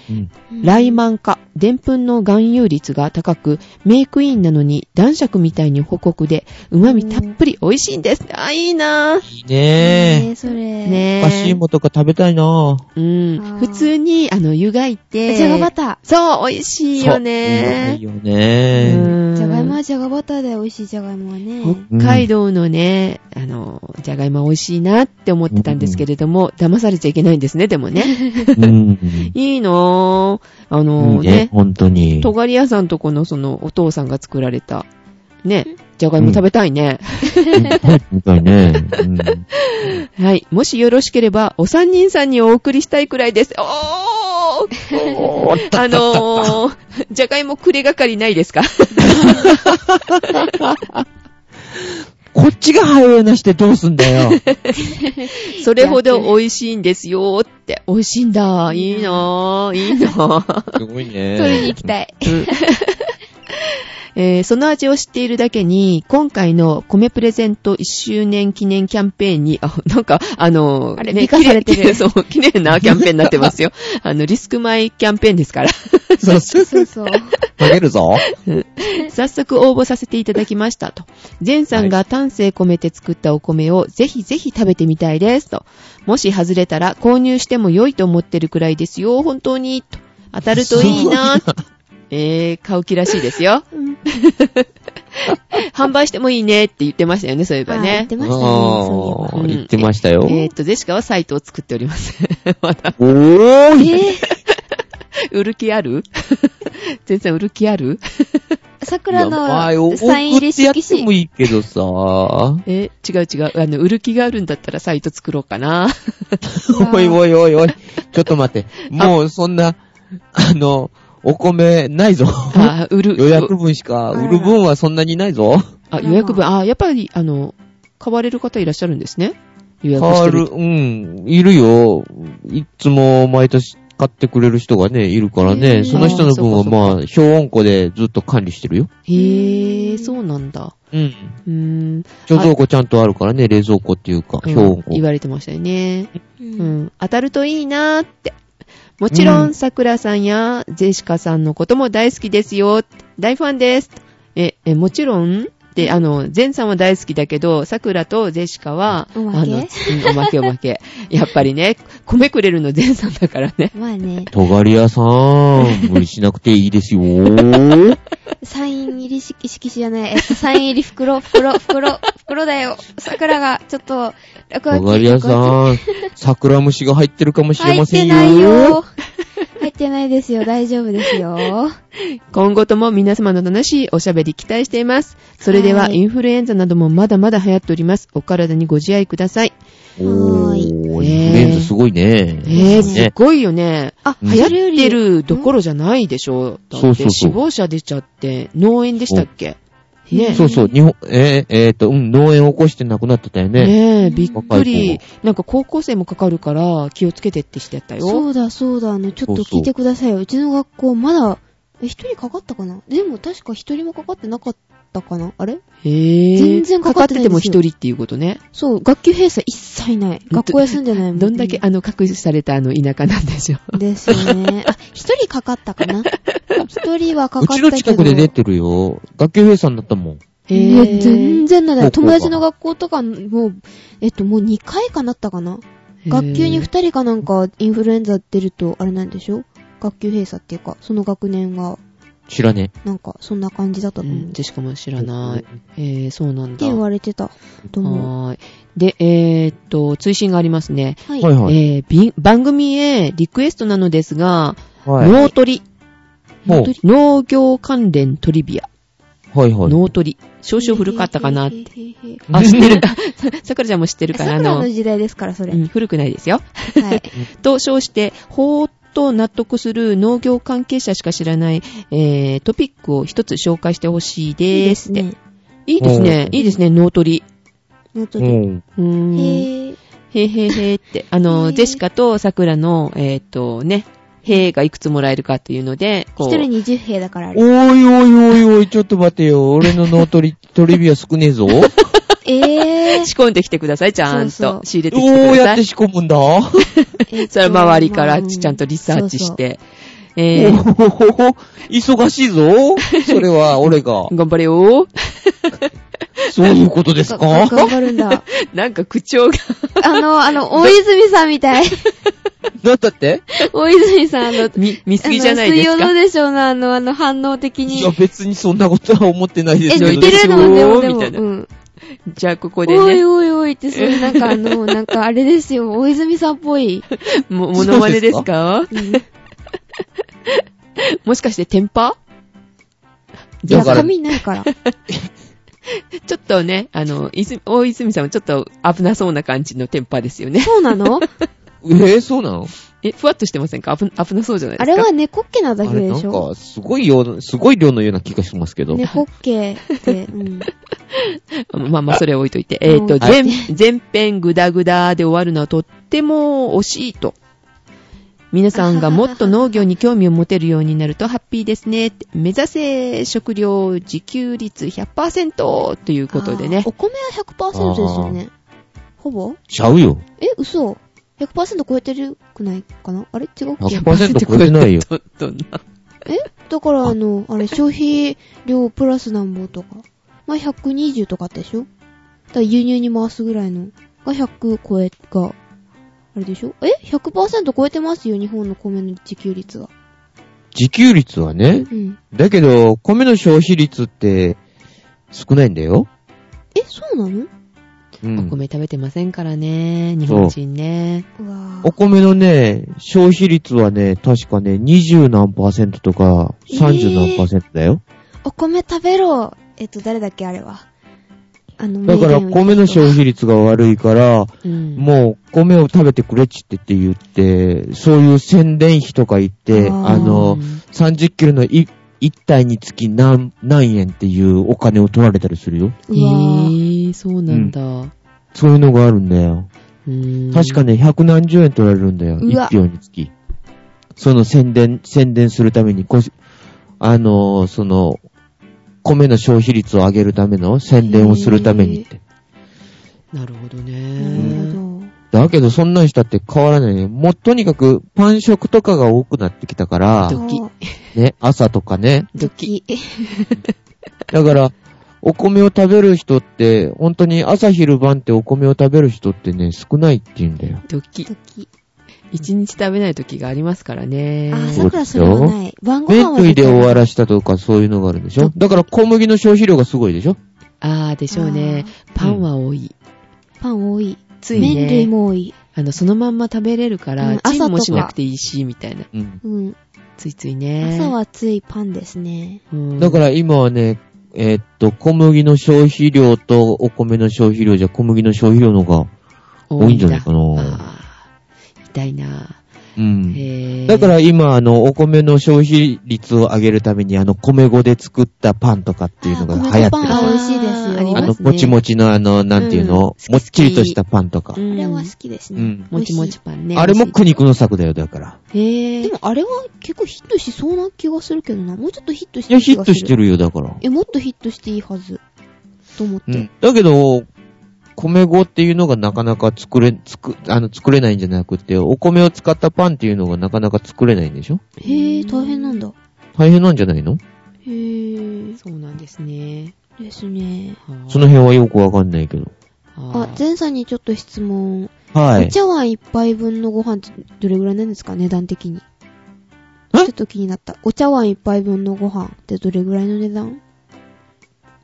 Speaker 2: うん。
Speaker 3: ライマン化、でんぷんの含有率が高く、メイクインなのに男爵みたいに報告で、旨味たっぷり美味しいんです。あー、いいなぁ。
Speaker 2: いい
Speaker 1: ね
Speaker 2: ね
Speaker 1: え、それ。
Speaker 2: え。
Speaker 3: ね
Speaker 2: おかしいもとか食べたいな
Speaker 3: うん。普通に、あの、湯がいて。
Speaker 1: じゃがバタ
Speaker 3: そう、美味しい
Speaker 2: そ
Speaker 3: よ
Speaker 2: ういい
Speaker 3: ね。
Speaker 2: よ
Speaker 3: う
Speaker 2: ね
Speaker 1: ー。
Speaker 3: ん
Speaker 1: じゃがいもはじゃがバターで美味しいじゃがいもはね。
Speaker 3: 北海道のね、あの、じゃがいも美味しいなって思ってたんですけれども、騙されちゃいけないんですね、でもね。
Speaker 2: うん。
Speaker 3: いいのぁ。あ
Speaker 2: うん
Speaker 3: の
Speaker 2: ね
Speaker 3: ね、
Speaker 2: 本当に。
Speaker 3: とがり屋さんとこのそのお父さんが作られた、ね、じゃがいも食べたいね。
Speaker 2: みたいね。うん
Speaker 3: はい。もしよろしければ、お三人さんにお送りしたいくらいです。おー
Speaker 2: おー
Speaker 3: あのー、 じゃがいもくれがかりない ですか
Speaker 2: こっちがハイウェイなしてどうすんだ よ。
Speaker 3: それほど美味しいんですよーって。美味しいんだ。いいなぁ。いいなぁ。
Speaker 2: すごいね
Speaker 1: 取りに行き たい。
Speaker 3: えーその味を知っているだけに、今回の米プレゼント1周年記念キャンペーンに、あ、なんか、あのー
Speaker 1: あれ美化されてる
Speaker 3: 綺麗そう、綺麗なキャンペーンになってますよ。あの、リスク前キャンペーンですから。
Speaker 2: そうそう
Speaker 1: そう そう。
Speaker 2: 食べるぞ。
Speaker 3: 早速応募させていただきましたと。前さんが丹精込めて作ったお米をぜひぜひ食べてみたいですと。もし外れたら購入しても良いと思ってるくらいですよ、本当に。と当たるといいな。えー、買う気らしいです よ。販売してもいいねって言ってましたよね、そういえば
Speaker 1: あ言っ
Speaker 3: ね
Speaker 1: て。ましたね、
Speaker 2: あ
Speaker 1: そ
Speaker 2: ー
Speaker 3: ういえば
Speaker 2: 言ってましたよ。
Speaker 3: えーっと、ゼシカはサイトを作っております。 まだ、
Speaker 2: お
Speaker 1: ういえ
Speaker 2: ーい。
Speaker 1: ば。え
Speaker 3: 売る気ある全然売る気ある
Speaker 1: ー、桜
Speaker 2: まあ
Speaker 1: のサイン入り
Speaker 2: 送って
Speaker 1: 色
Speaker 2: やっても
Speaker 1: 紙。
Speaker 2: いいけど さ。
Speaker 3: えー違う違う。あの、売る気があるんだったらサイト作ろうかな。
Speaker 2: おいおいおいおい。ちょっと待って。もうそんな、あの、お米ないぞ。
Speaker 3: あー、売る。
Speaker 2: 予約分しか、売る分はそんなにないぞ。
Speaker 3: あ、予約分、あ、やっぱり、あの、買われる方いらっしゃるんですね。予
Speaker 2: 変
Speaker 3: 約し
Speaker 2: わ
Speaker 3: て
Speaker 2: る、
Speaker 3: る。
Speaker 2: うん、いるよ。いつも毎年買ってくれる人がね、いるから
Speaker 1: う
Speaker 2: ね、
Speaker 1: ん
Speaker 2: その人の分
Speaker 3: あ
Speaker 2: は
Speaker 3: ーそうかそう
Speaker 2: まあ、小温庫でずっと管理してるよ。
Speaker 3: へぇー、そうなんだ。
Speaker 2: うん。
Speaker 3: うーん。
Speaker 2: 貯蔵庫ちゃんとあるからね、冷蔵庫っていうか、
Speaker 3: うん
Speaker 2: 小温庫
Speaker 3: 言。われてましたよね。
Speaker 1: う
Speaker 3: うんん。当たるといいなーって。もちろ、
Speaker 2: うん
Speaker 3: 桜さんやジェシカさんのことも大好きですよ。大ファンです。え、え、もちろんで、あの、ゼンさんは大好きだけど、桜とジェシカは、
Speaker 1: おまけ
Speaker 3: あの、うんおまけおまけ。やっぱりね、米くれるのゼンさんだからね。
Speaker 1: まあね、
Speaker 2: 尖り屋さん、無理しなくていいですよ。うん
Speaker 1: サイン入り色紙じゃない、えっと、サイン入り袋、袋、袋、袋だよ。桜が、ちょっと、落
Speaker 2: 尖り屋
Speaker 1: ん、
Speaker 2: さん、桜虫が入ってるかもしれ
Speaker 1: 入
Speaker 2: ま
Speaker 1: っ
Speaker 2: せ
Speaker 1: て
Speaker 2: ん
Speaker 1: ない
Speaker 2: よ
Speaker 1: よ。。入ってないですよ。大丈夫ですよ。
Speaker 3: 今後とも皆様の楽しいおしゃべり期待しています。それでは、
Speaker 1: はい
Speaker 3: インフルエンザなどもまだまだ流行っております。お体にご自愛ください。
Speaker 2: お
Speaker 1: は
Speaker 2: ー、
Speaker 1: ーい
Speaker 2: インフル
Speaker 3: ね
Speaker 2: エンザすごいね。
Speaker 3: えー、
Speaker 1: ね
Speaker 3: すごいよね。
Speaker 1: あ、
Speaker 2: うん
Speaker 3: 流行っ
Speaker 1: それより
Speaker 3: てるどころじゃないでしょ。だって
Speaker 2: そうそうそう
Speaker 3: 死亡者出ちゃって、脳炎でしたっけ
Speaker 1: うん
Speaker 3: ね
Speaker 2: そうそう、日本、えー、えーと、うん、農園起こしてなくなってたよ
Speaker 3: え。
Speaker 2: ね。
Speaker 3: ねえ、
Speaker 1: うん
Speaker 3: びっく
Speaker 2: 若い
Speaker 3: り
Speaker 2: 子。
Speaker 3: なんか高校生もかかるから気をつけてってしてやったよ。
Speaker 1: そうだそうだ、あの、ちょっ
Speaker 2: そ
Speaker 1: と
Speaker 2: うそう
Speaker 1: 聞いてくださいよ。うちの学校、まだ、え一人かかったかなでも確か一人もかかってなかったかなあれ
Speaker 3: へえ。
Speaker 1: 全然かかってな
Speaker 3: かっ
Speaker 1: い
Speaker 3: て
Speaker 1: ですよ
Speaker 3: も一人っていうことね。
Speaker 1: そう、学級閉鎖一切ない。学校休んでないもん。
Speaker 3: どんだけ、あの、隠されたあの田舎なんでしょう。
Speaker 1: ですよね。あ、一人かかったかな一人はかか
Speaker 2: う
Speaker 1: ったけ
Speaker 2: ち
Speaker 1: ど。
Speaker 2: の近くで出てるよ。学級閉鎖になったもん。
Speaker 1: えー、全然ない
Speaker 2: 高校が
Speaker 1: 友達の学校とか、もう、えっと、もう2回かなったかな学級に2人かなんかインフルエンザ出ると、あれなんでしょ学級閉鎖っていうか、その学年が、
Speaker 2: 知らね
Speaker 1: なんか、そんな感じだったと
Speaker 3: う
Speaker 1: 思う。
Speaker 3: ん、
Speaker 1: っ
Speaker 3: ジェシカも知らな
Speaker 2: え
Speaker 3: い。。えー、そうなん
Speaker 1: て
Speaker 3: だ。
Speaker 1: 言われてたと思う。
Speaker 3: はーい。で、えーっと、追伸がありますね。
Speaker 1: はい。
Speaker 2: はいはい。
Speaker 3: えーび、番組へリクエストなのですが、
Speaker 2: はい。
Speaker 3: 脳トリ、
Speaker 2: もう
Speaker 3: 農業関連トリビア、
Speaker 2: はいはい。
Speaker 3: 脳トリ、少々古かったかな。
Speaker 1: て。
Speaker 3: あ、知ってる。さくらちゃんも知ってるから、あ
Speaker 1: 桜
Speaker 3: の
Speaker 1: の、時代ですから、それ。
Speaker 3: うん古くないですよ。
Speaker 1: はい。
Speaker 3: と称して、法と納得する農業関係者しか知らない、えー、トピックを一つ紹介してほしい
Speaker 1: いい
Speaker 3: で
Speaker 1: ですすね。
Speaker 3: いいですね。
Speaker 2: うん
Speaker 3: いいですね、脳トリ。
Speaker 1: ノート
Speaker 2: う
Speaker 1: で。
Speaker 2: ん。
Speaker 3: うーん
Speaker 1: へー
Speaker 3: へーへーへーって、あ
Speaker 1: へ
Speaker 3: の、
Speaker 1: ー
Speaker 3: ジェシカと桜の、えーっ、とね、へーがいくつもらえるかっていうので、こ
Speaker 1: 一
Speaker 3: う。
Speaker 1: 人に10兵だからあ
Speaker 2: お
Speaker 1: れ。
Speaker 2: いおいおいおい、ちょっと待てよ。俺の脳トリ、トリビア少ねえぞ。ど
Speaker 1: えー
Speaker 3: 仕込んできてください、ちゃんと。
Speaker 1: そうそう
Speaker 3: 仕入れてきて
Speaker 2: うや
Speaker 3: くださ
Speaker 2: って
Speaker 3: い。
Speaker 2: 仕込むんだ
Speaker 1: えっと
Speaker 3: それは周りから
Speaker 1: まあ
Speaker 3: ちゃんとリサーチし
Speaker 1: そう
Speaker 3: て。えー
Speaker 2: おほほほ 忙しいぞ。 それは俺が。
Speaker 3: 頑張れよ
Speaker 2: そういうことで
Speaker 1: そ
Speaker 2: す
Speaker 1: うが
Speaker 2: か
Speaker 1: 頑張るんだ。
Speaker 3: ー。なんか口調が。
Speaker 1: あの、あの、大泉さんみ たい。
Speaker 2: なんだって
Speaker 1: 大泉さん、あの、
Speaker 3: 見、見すぎじゃないです
Speaker 1: あの水曜ど
Speaker 3: か
Speaker 1: う。でしょうの、あの、あの、反応的
Speaker 2: いや
Speaker 1: に。
Speaker 2: 別にそんなことは思ってないで
Speaker 1: え、
Speaker 2: すよ
Speaker 1: 似て
Speaker 3: ど
Speaker 1: るのでも、で
Speaker 3: みた
Speaker 1: も、
Speaker 3: いな
Speaker 1: うん。
Speaker 3: じゃあ、ここで
Speaker 1: おい
Speaker 3: ね、
Speaker 1: おいおいって、そういう、なんかあ の、なんかあれですよ、大泉さんっぽい。
Speaker 3: も、ものまねですか
Speaker 1: うん
Speaker 3: もしかして、テンパ
Speaker 1: いや、
Speaker 2: だから
Speaker 1: 髪ないから。
Speaker 3: ちょっとね、あの、泉大泉さんはちょっと危なそうな感じのテンパーですよね。
Speaker 1: そうなの
Speaker 2: えー、そうなの
Speaker 3: え、ふわっとしてませんか危危なそうじゃないで
Speaker 1: あ
Speaker 3: すか。
Speaker 1: れは猫っ毛なだ
Speaker 2: あ
Speaker 1: け
Speaker 2: れ
Speaker 1: で
Speaker 2: な
Speaker 1: し
Speaker 2: ん
Speaker 1: ょ
Speaker 2: か、すごい量、すごい量のような気がしますけど。
Speaker 1: 猫っ毛って、うん。
Speaker 3: まあまあ、それは置いといて。えっ、と、
Speaker 2: は
Speaker 3: 前
Speaker 2: い、
Speaker 3: 前編グダグダで終わるのはとっても惜しいと。皆さんがもっと農業に興味を持てるようになるとハッピーですね。目指せ食料自給率100%という ことで
Speaker 1: あ
Speaker 3: ね
Speaker 1: ー。お米は100%ですよね。ほぼ
Speaker 2: ちゃうよ。
Speaker 1: え、嘘 ?100% 超えてるくないかなあれ違うっけ
Speaker 2: 100%超えてないよ。
Speaker 3: ちょっとな
Speaker 1: えだからあの、あれ、消費量プラスなんぼとか。まあ、120とかあったでしょだから輸入に回すぐらいのが100超えが、あれでしょえ ?100% 超えてますよ、日本の米の自給率は。
Speaker 2: 自給率はね。
Speaker 1: うん。
Speaker 2: だけど、米の消費率って、少ないんだよ。
Speaker 1: え、そうなの
Speaker 2: うん
Speaker 3: お米食べてませんからね。日本人ね。
Speaker 1: うわ
Speaker 2: お米のね、消費率はね、確かね、20何パーセントとか、30何パーセントだよ。
Speaker 1: おお米食べろえっと、誰だっけあれは。あの、
Speaker 2: だから、
Speaker 1: 名言を言う人
Speaker 2: 米の消費率が悪いから、
Speaker 3: うん
Speaker 2: もう、米を食べてくれっちってって言って、そういう宣伝費とか言って、
Speaker 1: あー
Speaker 2: あの、30キロのい1体につき何、何円っていうお金を取られたりするよ。
Speaker 3: え
Speaker 1: うわぁ。
Speaker 3: ー、そうなんだ。
Speaker 2: そういうのがあるんだよ。
Speaker 3: うん
Speaker 2: 確かね、100何十円取られるんだよ。
Speaker 1: うわ
Speaker 2: 1票につき。その宣伝、宣伝するために、こしあのーその、米の消費率を上げるための宣伝をするためにって。
Speaker 3: なるほど
Speaker 1: なるほ
Speaker 3: ね。
Speaker 1: ど。
Speaker 2: だけど、そんなんしたって変わらないね。もう、とにかく、パン食とかが多くなってきたから
Speaker 3: ド、キ
Speaker 1: あー
Speaker 2: ね、朝とかね。
Speaker 3: ド
Speaker 1: ド
Speaker 3: キ。
Speaker 1: キ。
Speaker 2: だから、お米を食べる人って、本当に朝昼晩ってお米を食べる人ってね、少ないって言うんだよ。
Speaker 3: ドキ
Speaker 1: ド。キ。
Speaker 3: 一日食べない時がありますからね。
Speaker 1: あ、
Speaker 2: そう
Speaker 1: さくらそれはない。晩ご
Speaker 2: 麺
Speaker 1: 飯は
Speaker 2: 類で終
Speaker 1: る。
Speaker 2: わらしたとかそういうのがあるんでしょだから小麦の消費量がすごいでしょ
Speaker 3: あーでしょうね。パンは多い。
Speaker 1: パン多い。
Speaker 3: つい
Speaker 1: 麺類
Speaker 3: ね、
Speaker 1: も多い。
Speaker 3: あの、そのまんま食べれるか
Speaker 1: う
Speaker 3: ら
Speaker 1: ん、
Speaker 3: チンも
Speaker 1: 朝
Speaker 3: し
Speaker 1: とか
Speaker 3: なくていいし、みたいな。
Speaker 2: うん。
Speaker 1: うん。
Speaker 3: ついついね。
Speaker 1: 朝はついパンですね。
Speaker 3: うん、
Speaker 2: だから今はね、えーっと、小麦の消費量とお米の消費量じゃ小麦の消費量の方が多いんじゃないか
Speaker 3: 多いんだ
Speaker 2: な。
Speaker 3: あー痛いな。
Speaker 2: うん。
Speaker 3: へー
Speaker 2: だか、ら今、あの、お米の消費率を上げるために、あの、米粉で作ったパンとかっていうのが流行って
Speaker 1: あ
Speaker 2: る
Speaker 1: ー米粉。パン美味しいですよ
Speaker 3: あーあり
Speaker 2: あ
Speaker 3: ま
Speaker 2: の、
Speaker 3: すね
Speaker 2: もちもちのあの、なんていうの、
Speaker 3: うん
Speaker 2: もっちりとしたパンとか
Speaker 3: う。ん
Speaker 1: あれは好きです
Speaker 2: う
Speaker 1: ね。
Speaker 2: ん。
Speaker 3: もちもちパンね。
Speaker 2: あれも苦肉の策だよ、だから。
Speaker 3: へ
Speaker 1: で
Speaker 3: ぇ
Speaker 1: もあれは結構ヒットしそうな気がするけどな。もうちょっとヒットし
Speaker 2: い
Speaker 1: て
Speaker 2: や、
Speaker 1: る
Speaker 2: ヒ
Speaker 1: 気
Speaker 2: ッ
Speaker 1: が
Speaker 2: ト
Speaker 1: する。
Speaker 2: してるよ、だから。
Speaker 1: え、もっとヒットしていいはず。と思っ
Speaker 2: う
Speaker 1: て。
Speaker 2: ん。だけど、米粉っていうのがなかなか作れ、作、あの、作れないんじゃなくて、お米を使ったパンっていうのがなかなか作れないんでしょ
Speaker 1: へえ、大変なんだ。
Speaker 2: 大変なんじゃないの
Speaker 1: へえ、
Speaker 3: そうなんですね。
Speaker 1: ですね。
Speaker 3: はあ
Speaker 2: その辺はよくわかんないけど。
Speaker 1: あ、
Speaker 3: ー
Speaker 1: 前さんにちょっと質問。
Speaker 2: は
Speaker 1: お
Speaker 2: い。
Speaker 1: 茶碗一杯分のご飯ってどれぐらいなんですか値段的に。ちょっと気になった。お茶碗一杯分のご飯ってどれぐらいの値段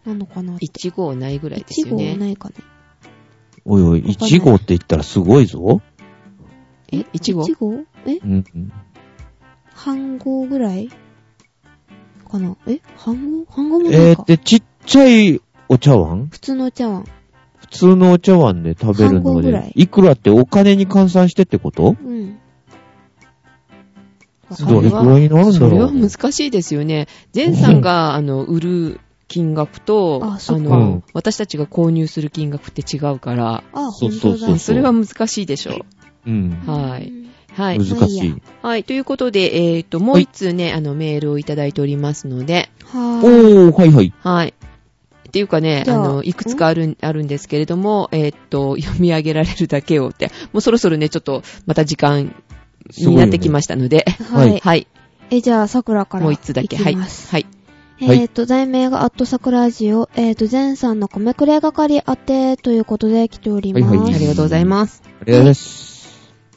Speaker 1: なのかな
Speaker 3: 1号ないぐらいで
Speaker 1: 一
Speaker 3: すよ
Speaker 1: 号
Speaker 3: ね。
Speaker 1: ないかね。
Speaker 2: おいおい、
Speaker 1: わかんない
Speaker 2: 1号って言ったらすごいぞ。
Speaker 3: え一合
Speaker 1: 一合え
Speaker 2: うん。
Speaker 1: 半合ぐらいかなえ半合半合もな
Speaker 2: え
Speaker 1: い
Speaker 2: ー
Speaker 1: か、
Speaker 2: って、ちっちゃいお茶碗
Speaker 1: 普通のお茶碗。
Speaker 2: 普通のお茶碗で食べる
Speaker 1: 半
Speaker 2: の
Speaker 1: 合ぐらい
Speaker 2: で、いくらってお金に換算してってこと
Speaker 1: うん。
Speaker 3: わかんない
Speaker 2: どれぐらいになるんだ
Speaker 3: それ
Speaker 2: ろ
Speaker 3: は
Speaker 2: うね。
Speaker 3: 難しいですよね。前さんが、あの、売る金額と、
Speaker 1: あそっか
Speaker 3: の、
Speaker 2: うん
Speaker 3: 私たちが購入する金額って違うから、
Speaker 1: あ、
Speaker 2: そう
Speaker 1: 本
Speaker 2: そう
Speaker 1: 当
Speaker 2: そう
Speaker 1: だ。
Speaker 3: それは難しいでしょ
Speaker 2: う
Speaker 3: う。
Speaker 2: ん。
Speaker 3: はいうはい
Speaker 2: 難。しい。
Speaker 3: はい。ということで、えっ、と、もう一通ね、あの、メールをいただいておりますので、
Speaker 1: ん。はーい。
Speaker 2: おー、はいはい。
Speaker 3: はい。っていうかね、あ
Speaker 1: じゃあ
Speaker 3: の、いくつかあるん、あるんですけれども、えっ、と、 読み上げられるだけをって、 もうそろそろね、ちょっと、また時間
Speaker 2: すごいよ
Speaker 3: に
Speaker 2: ね
Speaker 3: なってきましたので、
Speaker 1: はい。
Speaker 2: はい
Speaker 3: はい。
Speaker 1: え、じゃあ、桜から。
Speaker 3: もう一通だけ、
Speaker 1: い
Speaker 3: はい。
Speaker 1: きます。
Speaker 3: はい。
Speaker 2: はい
Speaker 1: えっ、と、題名がアットサクラジオ、えっ、と、前さんの米くれ係宛てということで来ております。
Speaker 2: はいは
Speaker 3: ありがとうござい ます。
Speaker 2: ありがとうございます。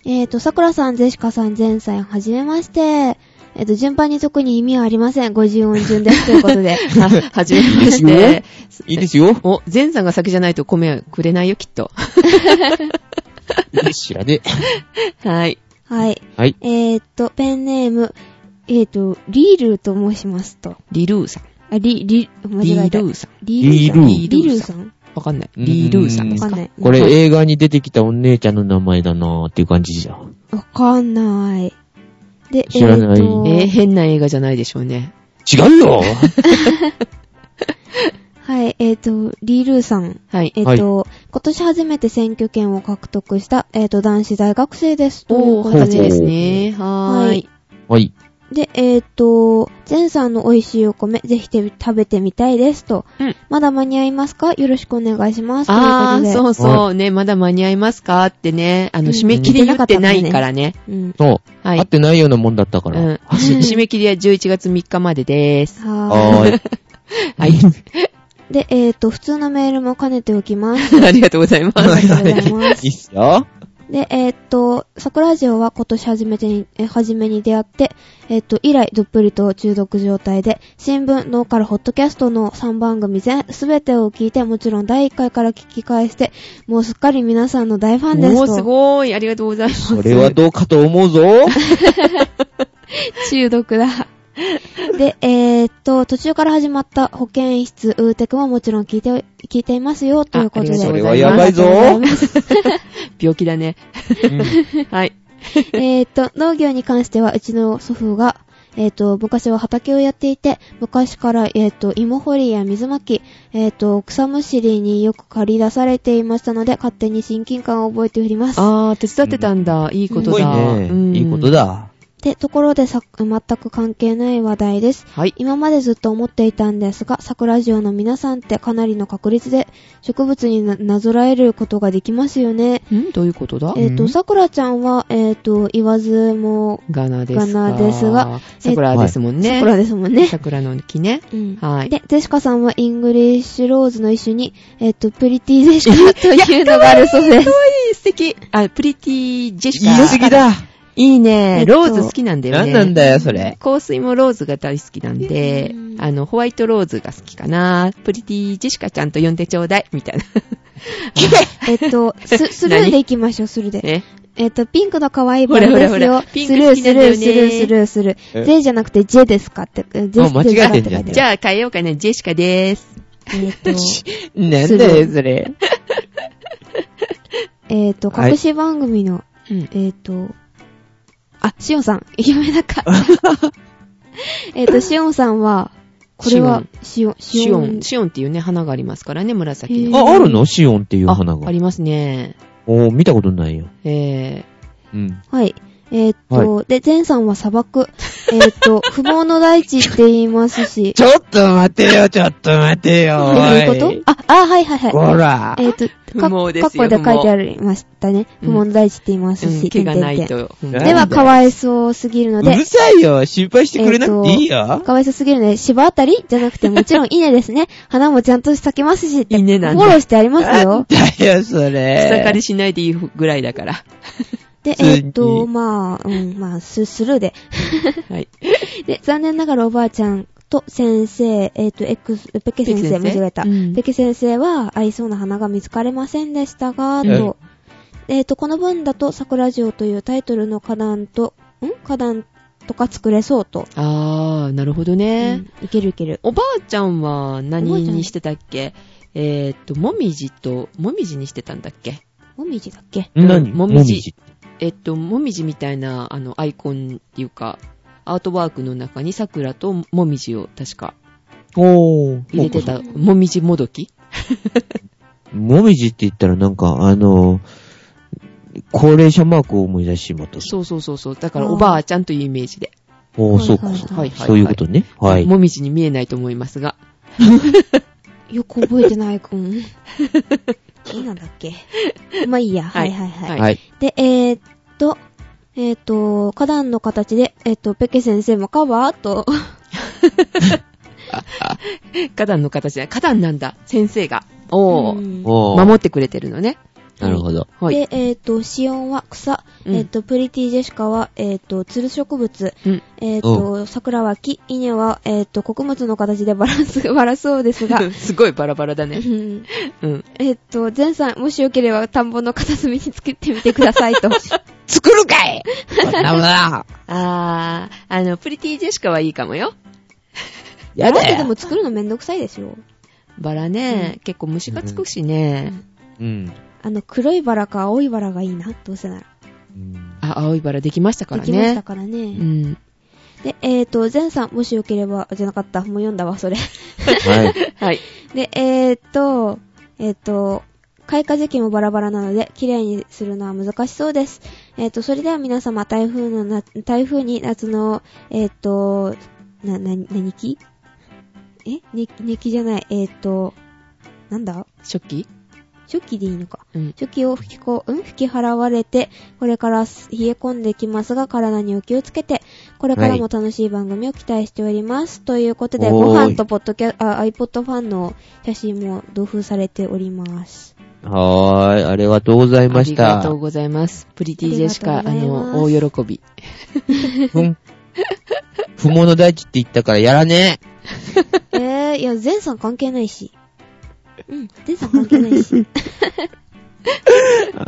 Speaker 1: えっ、と、さくらさん、ゼシカさん、前さん、はじめまして。えっ、と、順番に特に意味はありません。50音順です。という ことで。
Speaker 3: は、はじめまし
Speaker 2: いいでい
Speaker 3: て。
Speaker 2: いですよ。
Speaker 3: お、前さんが先じゃないと米 はくれないよ、きっと。
Speaker 2: 知らねえ。
Speaker 3: はい。
Speaker 1: はい。
Speaker 2: はい。
Speaker 1: えっ、と、ペンネーム、えっ、と、リールと申しますと。
Speaker 3: リルーさん。
Speaker 1: あ、リ、リ、間
Speaker 3: リ
Speaker 1: 違え
Speaker 3: ー
Speaker 1: た。
Speaker 3: ルーさん。
Speaker 1: リールーさん。
Speaker 2: リ
Speaker 1: リールーさん
Speaker 3: わかんない。リールーさんです
Speaker 1: わか
Speaker 3: か
Speaker 1: ん。ない。
Speaker 2: これ映画に出てきたお姉ちゃんの名前だなーっていう感じじゃん。
Speaker 1: わかんない。で、
Speaker 2: 知らない
Speaker 1: えーと
Speaker 3: えー変な映画じゃないでしょうね。
Speaker 2: 違うよ
Speaker 1: はい、えっ、と、リールーさん。
Speaker 3: はい。
Speaker 1: えっ、と、今年初めて選挙権を獲得した、えっ、と、男子大学生です。という
Speaker 3: お
Speaker 1: こ
Speaker 3: ー、
Speaker 1: と
Speaker 3: 初
Speaker 1: で。
Speaker 3: ですね。はー
Speaker 1: はいい。
Speaker 2: はい。
Speaker 1: で、えっ、と、ゼンさんの美味しいお米、ぜひて食べてみたいですと。
Speaker 3: うん
Speaker 1: まだ間に合いますかよろしくお願いします。
Speaker 3: あ
Speaker 1: とい
Speaker 3: ー、
Speaker 1: うこと
Speaker 3: そうそう。ね、まだ間に合いますかってね。あ
Speaker 1: う
Speaker 3: の、
Speaker 1: ん
Speaker 3: 締め切り打ってないからね。
Speaker 1: で。うん。
Speaker 2: そう。合
Speaker 3: は
Speaker 2: っ
Speaker 3: い。
Speaker 2: てないようなもんだったか
Speaker 3: う
Speaker 2: ら。
Speaker 3: ん。し 締め切りは11月3日までです。
Speaker 1: は
Speaker 2: はーい。
Speaker 3: はい。
Speaker 1: い。で、えっ、と、普通のメールも兼ねておきます。
Speaker 3: ありがとうございま
Speaker 1: あり
Speaker 3: す。
Speaker 1: がとうございます。
Speaker 2: いいっすよ。
Speaker 1: で、えーっと、桜城は今年初めてに、え初めに出会って、えーっと、以来どっぷりと中毒状態で、新聞、ノーカル、ホットキャストの3番組全、すべてを聞いて、もちろん第1回から聞き返して、もうすっかり皆さんの大ファンです
Speaker 3: お
Speaker 1: と。
Speaker 3: ー、すごい。ありがとうございます。
Speaker 2: それはどうかと思うぞ。
Speaker 1: 中毒 だ。で、えーっと、途中から始まった保健室、ウーテクももちろん聞いて、聞いていますよ、ということで。
Speaker 3: ありがと
Speaker 2: そう
Speaker 3: ご
Speaker 2: れ
Speaker 3: ざ
Speaker 2: はいや
Speaker 3: ます
Speaker 2: ばいぞ。
Speaker 1: ありがとうございます
Speaker 3: 病気だね。はい。
Speaker 1: えーっと、農業に関しては、うちの祖父が、えーっと、昔は畑をやっていて、昔から、えーっと、芋掘りや水まき、えーっと、草むしりによく借り出されていましたので、勝手に親近感を覚えております。
Speaker 3: あー、手伝ってたんだ。いいこ
Speaker 2: す
Speaker 3: と
Speaker 2: ごい
Speaker 3: だ。
Speaker 2: ね。いいこと
Speaker 3: だ。
Speaker 2: だ。
Speaker 1: で、ところでさ、全く関係ない話題です。
Speaker 3: はい。
Speaker 1: 今までずっと思っていたんですが、桜城の皆さんってかなりの確率で植物にななぞらえることができますよね。
Speaker 3: んどういうことだ
Speaker 1: えーっ
Speaker 2: う
Speaker 1: と、
Speaker 2: ん
Speaker 1: 桜ちゃんは、えーっと、言わずも、
Speaker 3: ガナですか。
Speaker 1: ガナですが。
Speaker 3: 桜ですもんね。
Speaker 1: 桜ですもんね。
Speaker 3: 桜の木ね。
Speaker 1: うん
Speaker 3: はい
Speaker 1: で、ゼシカさんはイングリッシュローズの一種に、えっ、と、プリティゼシカというのがあるそう です。
Speaker 3: いい、素敵。あ、プリティジェシカ。
Speaker 2: 言い過ぎだ。
Speaker 3: いい
Speaker 1: え
Speaker 3: ね。
Speaker 1: っと
Speaker 3: ローズ好きなんだよ
Speaker 2: なん
Speaker 3: ね。
Speaker 2: なんだよ、それ。
Speaker 3: 香水もローズが大好きなんで
Speaker 1: う、ん
Speaker 3: あの、ホワイトローズが好きかな。プリティジェシカちゃんと呼んでちょうだい。みたい な。
Speaker 1: えっと、ススルーでいきましょう、スルーで。
Speaker 3: ね。
Speaker 1: えっと、ピンクの可愛いボールです
Speaker 3: ほらほら
Speaker 1: よ
Speaker 3: ほら。ピン
Speaker 1: ス
Speaker 3: ク
Speaker 1: ル
Speaker 3: 好
Speaker 1: ー、
Speaker 3: き
Speaker 1: ス
Speaker 3: なん
Speaker 1: ル
Speaker 3: だよね
Speaker 1: ー、スルー、スルー、スル
Speaker 2: え
Speaker 1: ー。ゼじゃなくてジェですかって、えゼ
Speaker 2: あ間違えてん
Speaker 1: ゼ
Speaker 2: じゃん
Speaker 1: ゼ
Speaker 3: じゃあ変えようかね。ジェシカでーす。
Speaker 1: えっ と、
Speaker 2: なんだよ、それ。
Speaker 1: えっと、
Speaker 2: はい
Speaker 1: 隠し番組の、
Speaker 3: うん。
Speaker 1: えっと、あ、シオンさん、夢な かった。えっと、シオンさんは、これは、シオン、
Speaker 3: シオン、シオンっていうね、花がありますからね、紫の。
Speaker 1: へー
Speaker 2: あ、あるのシオンっていう
Speaker 3: あ
Speaker 2: 花が
Speaker 3: あ。りますね。
Speaker 2: おー、見たことないよ。
Speaker 3: え
Speaker 2: うん。
Speaker 1: はい。えーっと、で、前さんは砂漠。えーっ と、不毛の大地って言いますし。
Speaker 2: ちょっと待てよ、ちょっと待てよ。
Speaker 1: どういうことあ、あ、はいはいはい。
Speaker 2: ほら。
Speaker 1: えーっと、か
Speaker 3: 不毛です
Speaker 1: か
Speaker 3: よ
Speaker 1: っこで書いてありましたね。
Speaker 3: う
Speaker 1: 不
Speaker 3: ん
Speaker 1: 毛の大地って言いま
Speaker 3: ー、
Speaker 1: す
Speaker 3: うん、
Speaker 1: し。
Speaker 3: 毛が
Speaker 1: 点々
Speaker 3: ない
Speaker 1: 点
Speaker 3: と。うん
Speaker 2: な
Speaker 1: で
Speaker 2: な
Speaker 1: は、
Speaker 2: んだ
Speaker 1: かわいそうすぎるの
Speaker 2: う
Speaker 1: で、
Speaker 2: るさいよ。心配してくれなくていいよ。
Speaker 1: かわいそうすぎるので、芝あたりじゃなくて、もちろん稲ですね。花もちゃんと咲きますし。
Speaker 3: 稲なんだ
Speaker 1: フォローしてあります
Speaker 2: なん
Speaker 1: よ。
Speaker 2: だよ、それ。
Speaker 3: 草刈りしないでいいぐらいだから。
Speaker 1: で、
Speaker 2: 普
Speaker 1: え
Speaker 2: 通に
Speaker 1: ーっと、まあ、うん、まあ、ススルーで。
Speaker 3: はい。
Speaker 1: で、残念ながらおばあちゃんと先生、えっ、と、エクス、ペケ先生、
Speaker 3: ペケ先生
Speaker 1: 間違えた。
Speaker 3: うん
Speaker 1: ペケ先生は、合いそうな花が見つかれませんでしたが、
Speaker 2: うん
Speaker 1: と。えっ、と、この文だと、桜城というタイトルの花壇と、ん花壇とか作れそうと。
Speaker 3: あー、なるほど
Speaker 1: う
Speaker 3: ね。
Speaker 1: ん、いけるいける。
Speaker 3: おばあちゃんは
Speaker 1: おばあ
Speaker 3: 何
Speaker 1: ちゃん
Speaker 3: にしてたっけえー、っと、もみじと、もみじにしてたんだっけ
Speaker 1: もみじだっけ
Speaker 2: 何
Speaker 3: もみじ
Speaker 2: じ
Speaker 3: えっと、もみじみたいな、あの、アイコンっていうか、アートワークの中に桜ともみじを確か
Speaker 2: おー。
Speaker 3: 入れてた、もみじもどき
Speaker 2: もみじって言ったらなんか、あの、高齢者マークを思い出してしまった。
Speaker 3: そうそうそうそう。だから
Speaker 1: あー
Speaker 3: おばあちゃんというイメージで。
Speaker 2: おー、そう
Speaker 1: は
Speaker 2: か
Speaker 1: い。
Speaker 3: はいはい。
Speaker 2: そういうことね。はい。
Speaker 3: もみじに見えないと思いますが。
Speaker 1: よく覚えてないく ん。何なんだっけまあいいや。
Speaker 3: はい
Speaker 1: はいはい。はい
Speaker 3: はい
Speaker 2: はい。
Speaker 1: で、えー、っと、えー、っと、花壇の形で、えー、っと、ペケ先生もカバーと、
Speaker 3: 花壇の形で、花壇なんだ、先生が。お
Speaker 1: う
Speaker 3: ー、
Speaker 1: ん
Speaker 2: おー。
Speaker 3: 守ってくれてるのね。
Speaker 2: なるほ ど。
Speaker 3: はい。
Speaker 1: で、えっ、と、シオンは草、
Speaker 3: うん
Speaker 1: えっ、と、プリティジェシカは、えっ、と、ツル植物、
Speaker 3: うん
Speaker 1: えっ、と、桜は木、稲は、えっ、と、穀物の形でバランス が悪そうですが、う
Speaker 3: すごいバラバラだ ね。
Speaker 1: ん
Speaker 3: うん。
Speaker 1: えっ、と、前さん、もしよければ田んぼの片隅に作ってみてください と。
Speaker 2: 作るかいこんなもの
Speaker 3: あー、あの、プリティジェシカはいいかもよ。
Speaker 2: や
Speaker 1: バラって
Speaker 2: だ
Speaker 1: で
Speaker 2: よ
Speaker 1: も作るのめんどくさいですよ。
Speaker 3: バラね、結構虫がつくしね。
Speaker 2: うん。
Speaker 1: あの、黒いバラか青いバラがいいな、どうせなら。
Speaker 2: うん
Speaker 3: あ、青いバラできましたから
Speaker 1: で
Speaker 3: ね。
Speaker 1: きましたからね。
Speaker 3: うん。
Speaker 1: で、えーと、前さん、もしよければ、じゃなかった、もう読んだわ、それ。
Speaker 2: はい。
Speaker 3: はい。
Speaker 1: で、えーと、えーと、開花時期もバラバラなので、綺麗にするのは難しそうです。えーと、それでは皆様、台風のな、台風に夏の、えーと、な、な、何期えね、ね気じゃない、えーと、なんだ
Speaker 3: 初期
Speaker 1: 初期でいいのか。
Speaker 3: うん。
Speaker 1: 初期を吹きこ、うん吹き払われて、これから冷え込んできますが、体にお気をつけて、これからも楽しい番組を期待しております。ということで、
Speaker 2: おーい
Speaker 1: ご飯とポッドキャ、あ、iPod ファンの写真も同封されております。
Speaker 2: はーい。ありがとうございまし
Speaker 3: あり
Speaker 2: た
Speaker 3: がと。うございます。プリティジェシ
Speaker 1: あ
Speaker 3: カ、あ
Speaker 1: りがとうございます
Speaker 3: の、大喜び。
Speaker 2: ふん。不毛の大地って言ったからやらね
Speaker 1: えー、いや、前さん関係ないし。うん、前さん関係ないし。
Speaker 2: え。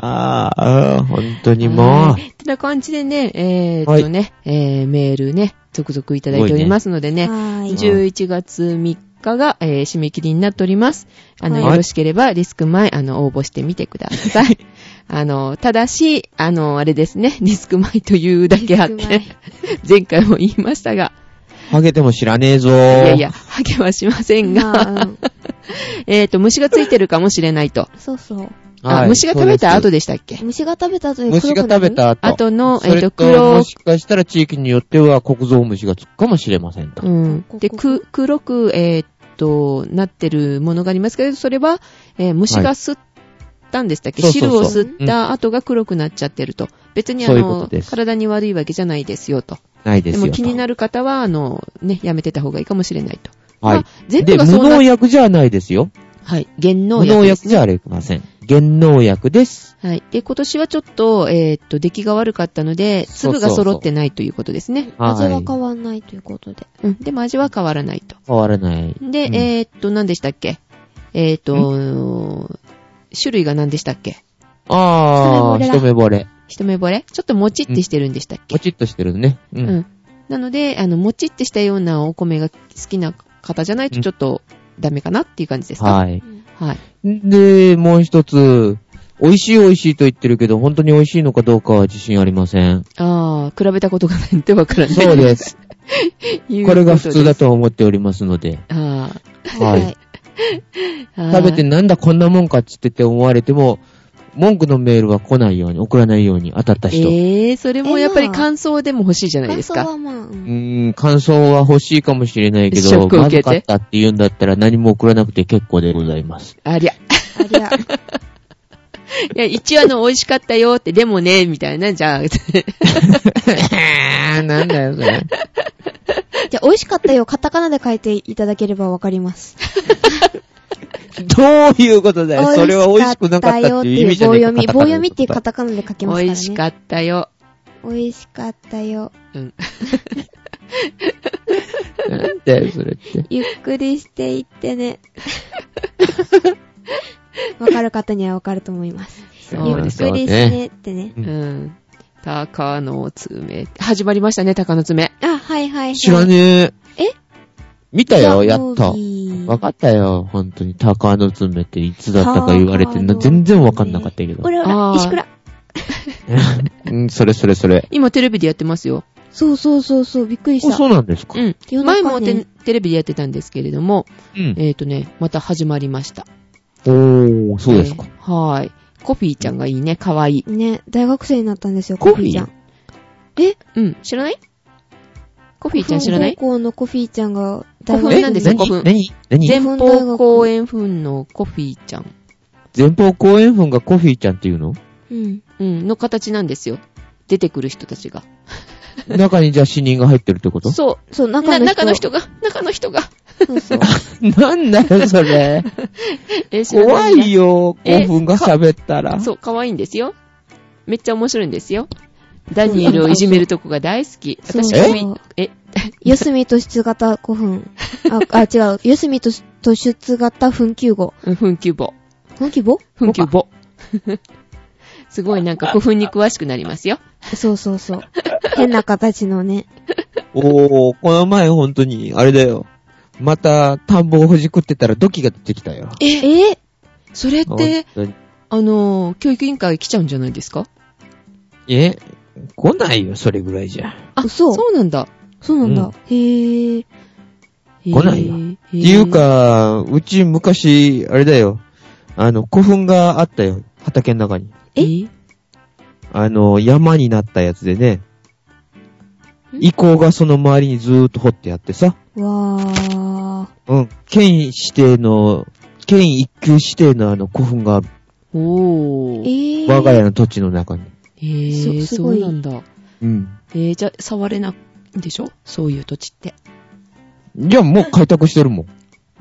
Speaker 2: あーあー、ほんとにもう
Speaker 3: は。いてな感じでね、えーっとね、えー、メールね、続々いただいておりますのでね、
Speaker 1: はーい。
Speaker 3: 11月3日が、えー締め切りになっております。あの、
Speaker 1: はい
Speaker 3: よろしければリスク前、あの、応募してみてください。あの、ただし、あの、あれですね、リスク前というだけあっ
Speaker 1: リスク
Speaker 3: て、前回も言いましたが、
Speaker 2: ハゲても知らねえぞい
Speaker 3: いやいや、。ハゲはしませんが、
Speaker 1: まあうん
Speaker 3: えっと、虫がついてるかもしれないと。
Speaker 1: そうそう。
Speaker 3: あ、
Speaker 2: はい
Speaker 3: 虫が食べた
Speaker 2: そうで
Speaker 3: 後
Speaker 2: す
Speaker 3: でしたっけ
Speaker 1: 虫が食べた後に
Speaker 2: 虫
Speaker 1: 黒く
Speaker 2: が
Speaker 1: な
Speaker 2: 食
Speaker 1: る
Speaker 2: べた後。
Speaker 3: 後のえっ
Speaker 2: そ
Speaker 3: と
Speaker 2: れと
Speaker 3: 黒
Speaker 2: もしかしたら地域によっては国蔵虫がつくかもしれませんと。
Speaker 3: うん
Speaker 1: こ。こ
Speaker 3: で、く、黒く、えーっと、なってるものがありますけど、それは、えー虫が吸ったんでしたっけ、
Speaker 2: はいそう
Speaker 3: 汁
Speaker 2: そ
Speaker 3: を
Speaker 2: う
Speaker 1: そう
Speaker 3: 吸った後が黒くなっちゃってると。別に、あ
Speaker 2: そういうこと
Speaker 3: の
Speaker 2: です
Speaker 3: 体に悪いわけじゃないですよと。
Speaker 2: ないですよ
Speaker 3: も
Speaker 2: と。
Speaker 3: 気にな
Speaker 2: る。
Speaker 3: る方は、あの、ね、やめてた方がいいかもしれないと。
Speaker 2: は
Speaker 3: まあ
Speaker 2: い。
Speaker 3: 全部
Speaker 2: で、
Speaker 3: が
Speaker 2: 無
Speaker 3: そうな
Speaker 2: 農薬じゃないですよ。
Speaker 3: はい。減農
Speaker 2: 無
Speaker 3: 薬
Speaker 2: 農
Speaker 3: です
Speaker 2: 薬じゃありません。減農薬です。
Speaker 3: はい。で、今年はちょっと、えーっと、出来が悪かったので、
Speaker 2: そうそ
Speaker 3: 粒
Speaker 2: うそう
Speaker 3: が揃ってないということですね。
Speaker 1: 味は
Speaker 2: は
Speaker 1: 変
Speaker 2: い。
Speaker 1: わんないということで。
Speaker 3: うん。でも味は変わらないと。
Speaker 2: 変わらない。
Speaker 3: で、
Speaker 2: うん
Speaker 3: えーっと、何でしたっけえーっと、種類が何でしたっけ
Speaker 2: あー、
Speaker 1: 一
Speaker 2: 一
Speaker 1: 目
Speaker 2: 目惚れ。
Speaker 3: 一目惚れちょっともちってしてるんでしたっけ
Speaker 2: ポ、チッとしてるね。う
Speaker 3: うん、
Speaker 2: ん。
Speaker 3: なので、あの、もちってしたようなお米が好きな方じゃないと
Speaker 2: うん
Speaker 3: ちょっとダメかなっていう感じですか、
Speaker 2: はい。
Speaker 3: はい。
Speaker 2: で、もう一つ。美味しい美味しいと言ってるけど、本当に美味しいのかどうかは自信ありません。
Speaker 3: ああ、比べたことがないんでわからない。
Speaker 2: そう
Speaker 3: す。
Speaker 2: です。これが普通だ。と思っておりますので。
Speaker 3: あ
Speaker 2: はい
Speaker 3: ーあー。
Speaker 2: 食べてなんだこんなもんかっつってって思われても、文句のメールは来ないように、送らないように当たった人。
Speaker 3: ええー、それもやっぱ
Speaker 1: え
Speaker 3: り
Speaker 1: まあ
Speaker 3: 感想でも欲しいじゃない
Speaker 1: 感
Speaker 3: です
Speaker 1: 想
Speaker 3: か。
Speaker 1: はまあ、うん
Speaker 2: うーん、感想は欲しいかもしれないけ
Speaker 3: ショ
Speaker 2: ど、
Speaker 3: ックを
Speaker 2: ま
Speaker 3: 受
Speaker 2: ず
Speaker 3: けて
Speaker 2: かったって言うんだったら何も送らなくて結構でござい ます。
Speaker 3: ありゃ。
Speaker 1: ありゃ。
Speaker 3: いや、一応あの、美味しかったよって、でもね、みたいな、じゃあ、
Speaker 2: なんだよ、それ。
Speaker 1: じゃあ、美味しかったよ。カタカナで書いていただければわかります。
Speaker 2: どういう ことだよ、それは美味しくなかったっていう意味じゃない
Speaker 1: 美味しかったよっていう棒読み、棒読みっていうカ
Speaker 2: 方。
Speaker 1: タカナで書け
Speaker 3: 美
Speaker 1: ますからね。
Speaker 3: 味しかったよ。
Speaker 1: 美味しかったよ。
Speaker 3: うん。
Speaker 2: なんだよ、それって。
Speaker 1: ゆっくりしていってね。 わかる方にはわかると思います。ゆ
Speaker 3: そ
Speaker 1: っ
Speaker 3: う
Speaker 1: く
Speaker 3: で
Speaker 1: り
Speaker 3: す
Speaker 2: よ
Speaker 1: してねってね。
Speaker 2: うん
Speaker 3: うん。鷹の爪。始まりましたね、鷹の爪。
Speaker 1: あ、はいはい、はい。
Speaker 2: 知らねえ。
Speaker 1: え
Speaker 2: 見たよ、やっと。わ
Speaker 1: わ
Speaker 2: かったよ、本当に。鷹の爪っていつだったか言われてんの、
Speaker 1: 鷹の爪
Speaker 2: 全然わかんなかったけど
Speaker 1: ほ。らほ
Speaker 3: あ
Speaker 1: ら、
Speaker 3: ー
Speaker 1: 石倉。
Speaker 2: うん、それそれそれ。
Speaker 3: 今テレビでやってますよ。
Speaker 1: そうそうそうそう、びっくりし
Speaker 2: あ、
Speaker 1: た。
Speaker 2: そうなんですか。
Speaker 3: うん。
Speaker 1: 夜中ね
Speaker 3: 前もてテレビでやってたんですけれども、
Speaker 2: うん。
Speaker 3: えっ、とね、また始まりました。
Speaker 2: おー、そうですか。
Speaker 3: えーはーい。コフィーちゃんがいいね、かわいい。
Speaker 1: ね、大学生になったんですよ、
Speaker 2: コ
Speaker 1: コ
Speaker 2: フ
Speaker 1: フィ
Speaker 2: ィー
Speaker 1: ーちゃん。え
Speaker 3: うん、知らないコフィーちゃん知らない
Speaker 1: 高校のコフィーちゃんが
Speaker 3: 古墳なんですよ
Speaker 2: え
Speaker 3: 古墳
Speaker 2: 何何
Speaker 3: 前
Speaker 1: 本
Speaker 2: 何
Speaker 1: 大
Speaker 3: 方
Speaker 1: 学
Speaker 3: 後円墳のコフィーちゃん、
Speaker 2: 前方後円墳がコフィーちゃんっていうの
Speaker 1: うん。
Speaker 3: うん、の形なんですよ。出てくる人たちが。
Speaker 2: 中にじゃあ死人が入ってるってこと
Speaker 3: そ
Speaker 1: そう、
Speaker 3: う。
Speaker 1: 中
Speaker 3: な
Speaker 1: の人。
Speaker 3: 中の人が、中の人が。
Speaker 1: そうそう。
Speaker 2: なんだよ、それ。
Speaker 3: え ー知らな
Speaker 2: 怖い
Speaker 3: よ。
Speaker 2: よ、
Speaker 3: え
Speaker 2: 古墳が喋ったら。
Speaker 3: そう、かわいいんですよ。めっちゃ面白いんですよ。ダニエルをいじめるとこが大好き。
Speaker 1: そう
Speaker 3: 私、
Speaker 2: え
Speaker 3: コフィーえ、
Speaker 1: 四隅突出型古墳。あ、あ違う。四隅突突出型墳丘号。
Speaker 3: うん墳丘墓。
Speaker 1: 墳丘簿
Speaker 3: 墳丘墓。 すごいなんか古墳に詳しくなりますよ。
Speaker 1: そうそうそう。変な形のね。
Speaker 2: おー、この前本当に、あれだよ。また、田んぼをほじくってたら土器が出てきたよ。
Speaker 3: え、
Speaker 1: え
Speaker 3: それっ
Speaker 2: 本
Speaker 3: て、
Speaker 2: 当に
Speaker 3: あの、教育委員会来ちゃうんじゃないですか
Speaker 2: え来ないよ、それぐらいじゃ。
Speaker 3: あ、
Speaker 1: 嘘
Speaker 3: そうなんだ。
Speaker 1: そうなんだ。
Speaker 2: うん
Speaker 1: へぇー。
Speaker 2: 来ないよ
Speaker 3: へー。って
Speaker 2: っていう、か、うち昔、あれだよ。あの、古墳があったよ。畑の中に。
Speaker 1: え
Speaker 3: え
Speaker 2: あの、山になったやつでね。
Speaker 1: ん
Speaker 2: 遺構がその周りにずーっと掘ってあってさ。
Speaker 1: わー。
Speaker 2: うん。県指定の、県一級指定のあの古墳がある。
Speaker 3: お
Speaker 1: え
Speaker 3: ー。
Speaker 1: ぇー。
Speaker 2: 我が家の土地の中に。
Speaker 3: えー、
Speaker 1: すす
Speaker 3: そ
Speaker 1: ご
Speaker 3: う
Speaker 1: い
Speaker 3: なんだ。
Speaker 2: うん。
Speaker 3: えー、じゃあ、触れないんでしょそういう土地って。
Speaker 2: じゃあもう開拓してるもん。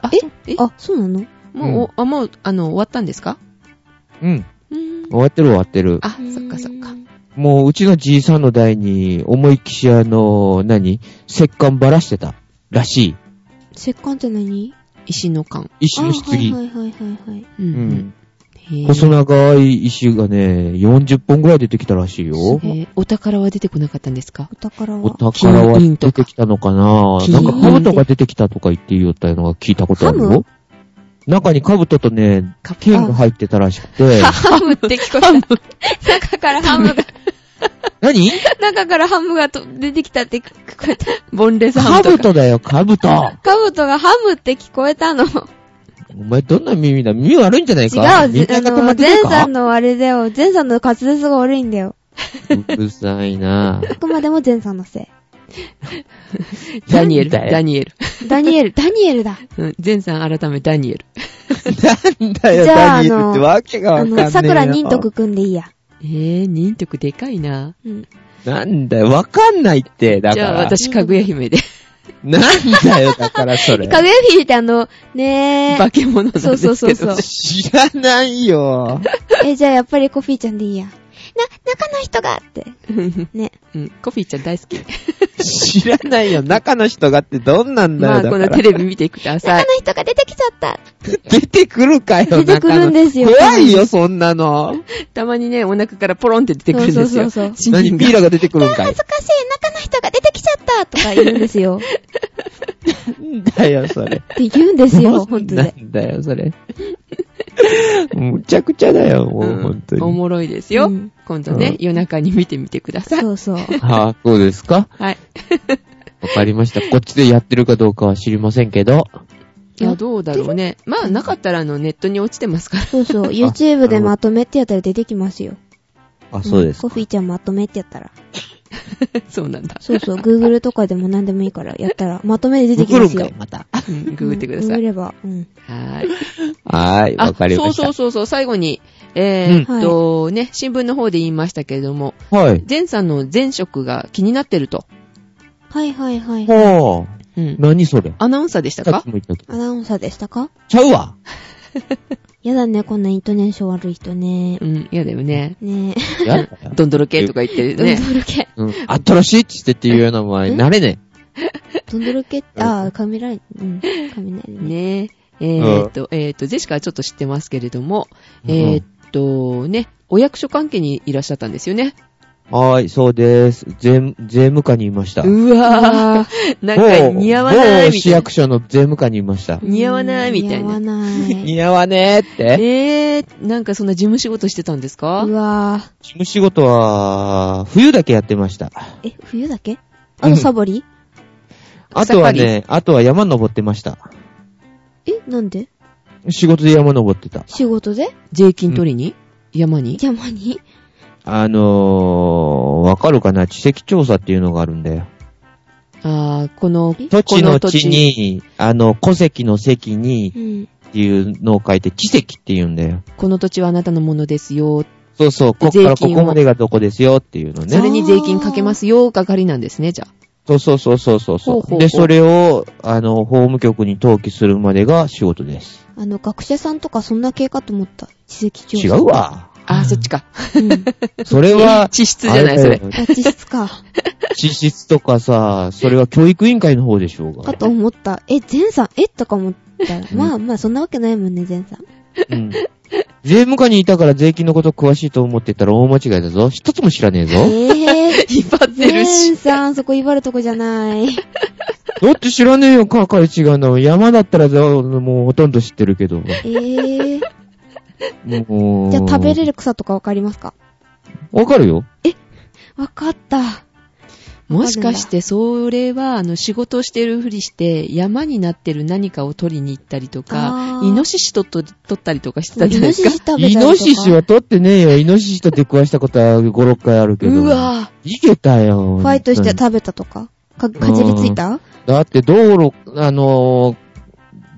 Speaker 3: あ、
Speaker 1: え
Speaker 3: そうえ
Speaker 1: あ、そうなの
Speaker 3: もう、おあ、もう、あの、終わったんですか
Speaker 2: うん。
Speaker 3: うーん。
Speaker 2: 終わってる終わってる。
Speaker 3: あ、そっかそっか。。
Speaker 2: もううちのじいさんの代に、思いきしあの、何石棺ばらしてた。らし
Speaker 1: 石棺って何
Speaker 3: 石の缶。
Speaker 2: い。石の棺。
Speaker 1: あはいはいはいはいはい。
Speaker 3: う
Speaker 2: う。ん。
Speaker 3: へー
Speaker 2: 細長い石がね、40本ぐらい出てきたらしいよ
Speaker 3: え。ーお宝は出てこなかったんですか
Speaker 1: お宝
Speaker 2: お
Speaker 1: は。
Speaker 2: 宝は
Speaker 3: 金銀
Speaker 2: 出
Speaker 3: とか
Speaker 2: てきたのかな
Speaker 3: 金
Speaker 2: な
Speaker 3: 銀
Speaker 2: んか兜が出てきたとか言って言おったのが聞いたことある
Speaker 1: ハ
Speaker 2: よ
Speaker 1: ム。
Speaker 2: 中に兜とね、
Speaker 3: カプ
Speaker 2: 剣が入ってたらしく て。
Speaker 1: ハムって聞こえた。中からハムが、
Speaker 2: 何
Speaker 1: 中からハムがと出てきたって聞こえた。
Speaker 3: ボンレスハムとか。
Speaker 2: 兜だよ、兜。
Speaker 1: カブトがハムって聞こえたの。違う、
Speaker 2: お前どんな耳だ耳悪いんじゃないかみんなが止ま
Speaker 1: の、
Speaker 2: ってる
Speaker 1: ゼンさ
Speaker 2: か
Speaker 1: んのあれだよ。ゼンさんの滑舌が悪いんだよ。
Speaker 2: うるさいな
Speaker 1: あくまでもゼンさんのせ
Speaker 3: ダニエル、
Speaker 2: なんだよ
Speaker 3: ダニエル。
Speaker 1: い。ダニエル、ダニエルだ。
Speaker 3: うん前さん改めダニエル。
Speaker 2: なんだよ、
Speaker 1: じゃあ
Speaker 2: ダニエ
Speaker 1: あ
Speaker 2: ルっ
Speaker 1: の
Speaker 2: てわけがわ
Speaker 1: あ
Speaker 2: かんねえ
Speaker 1: の、
Speaker 2: よ。
Speaker 1: 桜忍徳くんでいいや。
Speaker 3: えー、忍徳でかいな。
Speaker 1: うん。
Speaker 2: なんだよ、わかんないって、だか
Speaker 3: じゃあ
Speaker 2: ら。
Speaker 3: 私、かぐや姫で。
Speaker 2: なんだよ、だから それ。
Speaker 1: かぐやフィーってあの、ねえ
Speaker 3: 化。け物なんですけど。
Speaker 1: そうそうそうそう
Speaker 2: 知らないよ。
Speaker 1: え、じゃあやっぱりコフィーちゃんでいいや。な、中の人がって。ね。
Speaker 3: うんコピーちゃん大好き。
Speaker 2: 知らないよ。中の人がってどんなんだよ
Speaker 3: ま、あ、
Speaker 2: だ
Speaker 3: こ
Speaker 2: か
Speaker 3: の
Speaker 2: ら。
Speaker 3: テレビ見てくださ
Speaker 1: 中
Speaker 3: い。
Speaker 1: の人が出てきちゃった。
Speaker 2: 出てくるかよ、
Speaker 1: 出てくるんですよ
Speaker 2: 中の怖いよ、そんなの。
Speaker 3: たまにね、お腹からポロンって出てくるんですよ。
Speaker 1: そうそうそう
Speaker 3: 新
Speaker 2: 何、
Speaker 3: 人が
Speaker 2: ビーラが出てくるんかい
Speaker 1: 恥ず。かしい、中の人が出てきちゃったとか言うんですよ。
Speaker 2: なんだよ、それ。
Speaker 1: って言うんですよ、ほんと
Speaker 2: な
Speaker 1: で。
Speaker 2: んだよ、それ。むちゃくちゃだよ、もう、
Speaker 3: うん
Speaker 2: ほんと
Speaker 3: お
Speaker 2: に。
Speaker 3: もろいですよ。
Speaker 1: うん
Speaker 3: 今度ね、
Speaker 2: うん
Speaker 3: 夜中に見てみてください。
Speaker 1: そうそう。
Speaker 2: はあ、そうですか
Speaker 3: はい。
Speaker 2: わかりました。こっちでやってるかどうかは知りませんけど。
Speaker 3: いや、どうだろうね。まあ、なかったらあの、ネットに落ちてますから。
Speaker 1: そうそう。YouTube でまとめってやったら出てきますよ。
Speaker 2: あ、そうです
Speaker 1: コ。フィーちゃんまとめってやったら。
Speaker 3: そうなんだ。
Speaker 1: そうそう。Google とかでも何でもいいからやったら、まとめで出てき
Speaker 2: 来
Speaker 1: ま
Speaker 2: る
Speaker 1: す
Speaker 2: んか
Speaker 1: よ
Speaker 2: い、。また。
Speaker 3: うんググってくださ
Speaker 1: うんググ
Speaker 3: い。
Speaker 1: れば。うん。
Speaker 3: はい。
Speaker 2: はーい、
Speaker 3: あ、
Speaker 2: わかりました。
Speaker 3: そうそうそうそう、最後に、え
Speaker 1: うん
Speaker 3: ーっと、ね、新聞の方で言いましたけれども、
Speaker 2: はい。
Speaker 3: 前さんの前職が気になってると。
Speaker 1: はいはいはい。
Speaker 2: ほ
Speaker 3: う
Speaker 2: う。
Speaker 3: ん。
Speaker 2: 何それ
Speaker 3: アナウンサーでした
Speaker 2: さっ
Speaker 3: か
Speaker 2: きも言ったけど
Speaker 1: アナウンサーでしたか
Speaker 2: ちゃう わ。
Speaker 1: やだね、こんなイントネーション悪い人ね
Speaker 3: う。ん、嫌だよね。
Speaker 1: ね
Speaker 2: やだよ。
Speaker 3: どんどろ系とか言ってる
Speaker 1: え。
Speaker 3: ね
Speaker 1: ど。んどろけ。
Speaker 2: うん。あったらしいって言ってっていうような前、
Speaker 1: ん
Speaker 2: 慣れね
Speaker 1: どんどろけって、あー、雷。うん。雷ね。
Speaker 3: ねえ。えーっと、えーっと、ジェシカはちょっと知ってますけれども、
Speaker 2: うん
Speaker 3: えーっと、ね、お役所関係にいらっしゃったんですよね。
Speaker 2: え。はーい、そうです。税、税務課にいました。
Speaker 3: うわぁ、 なんか似合わない
Speaker 2: 某
Speaker 3: み
Speaker 2: 市
Speaker 3: たいな。
Speaker 2: 役所の税務課にいました。
Speaker 3: 似合わないみたい
Speaker 1: 似合わ
Speaker 3: な。
Speaker 1: ない。
Speaker 2: 似合わねえって。
Speaker 3: えー、なんかそんな事務仕事してたんですか
Speaker 1: うわ
Speaker 2: 事務仕事は、冬だけやってました。
Speaker 1: ー。え、冬だけあとサボり
Speaker 2: あとはね、あとは山登ってました。
Speaker 1: え、なんで
Speaker 2: 仕事で山登ってた。
Speaker 1: 仕事で
Speaker 3: 税金取りに、山に
Speaker 1: 邪魔に
Speaker 2: あのー、わかるかな地籍調査っていうのがあるんだよ。
Speaker 3: あー、この、こ
Speaker 2: 土地の
Speaker 3: 土
Speaker 2: 地
Speaker 3: 地。
Speaker 2: に、あの、戸籍の籍に
Speaker 1: う、ん。
Speaker 2: っていうのを書いて、地籍って言うんだよ。
Speaker 3: この土地はあなたのものですよ。
Speaker 2: そうそう、こっからここまでがどこですよっていうの
Speaker 3: そ
Speaker 2: ね。
Speaker 3: れに税金かけますよ、係なんですね、じゃあ。
Speaker 2: そうそうそうそうそう
Speaker 3: ほうほうほう
Speaker 2: で、それを、あの、法務局に登記するまでが仕事です。
Speaker 1: あの、学者さんとかそんな系かと思った。知識調査。
Speaker 2: 違う。わ。
Speaker 3: あー、そっちか。
Speaker 1: うん。
Speaker 2: それは、
Speaker 3: 地質じゃない、それ。
Speaker 1: あ、地質 か。
Speaker 2: 地質とかさ、それは教育委員会の方でしょうが。
Speaker 1: かと思った。え、前さん、えとか思ったよ。まあまあ、そんなわけないもんね、前さん。
Speaker 2: うん。税務課にいたから税金のこと詳しいと思ってたら大間違いだぞ。一 つも知らねえぞ。
Speaker 1: えぇ、
Speaker 3: 引っ張ってる
Speaker 1: 前
Speaker 3: し。
Speaker 1: さん、そこ威張るとこじゃない。
Speaker 2: だって知らねえよ、かかれ違うの。山だったら、もうほとんど知ってるけ ど。
Speaker 1: ええ
Speaker 2: もう
Speaker 1: じゃあ食べれる草とかわかりますか
Speaker 2: わかるよ。
Speaker 1: わかった。
Speaker 3: もしかして、それは、あの、仕事をしてるふりして、山になってる何かを取りに行ったりと
Speaker 1: あ
Speaker 3: か、
Speaker 1: ー
Speaker 3: イノシシとと取ったりとかしてた
Speaker 1: イ
Speaker 3: じゃない
Speaker 1: ノ
Speaker 3: ですか
Speaker 1: シシ。食べたり
Speaker 2: イ
Speaker 1: とか
Speaker 2: ノシシは取ってねえよ。イノシシと出くわしたことは5、6回あるけど。
Speaker 3: うわ
Speaker 2: 逃げたよ。
Speaker 1: ファイトして食べたとかか、かじりついた
Speaker 2: だって道路、あのー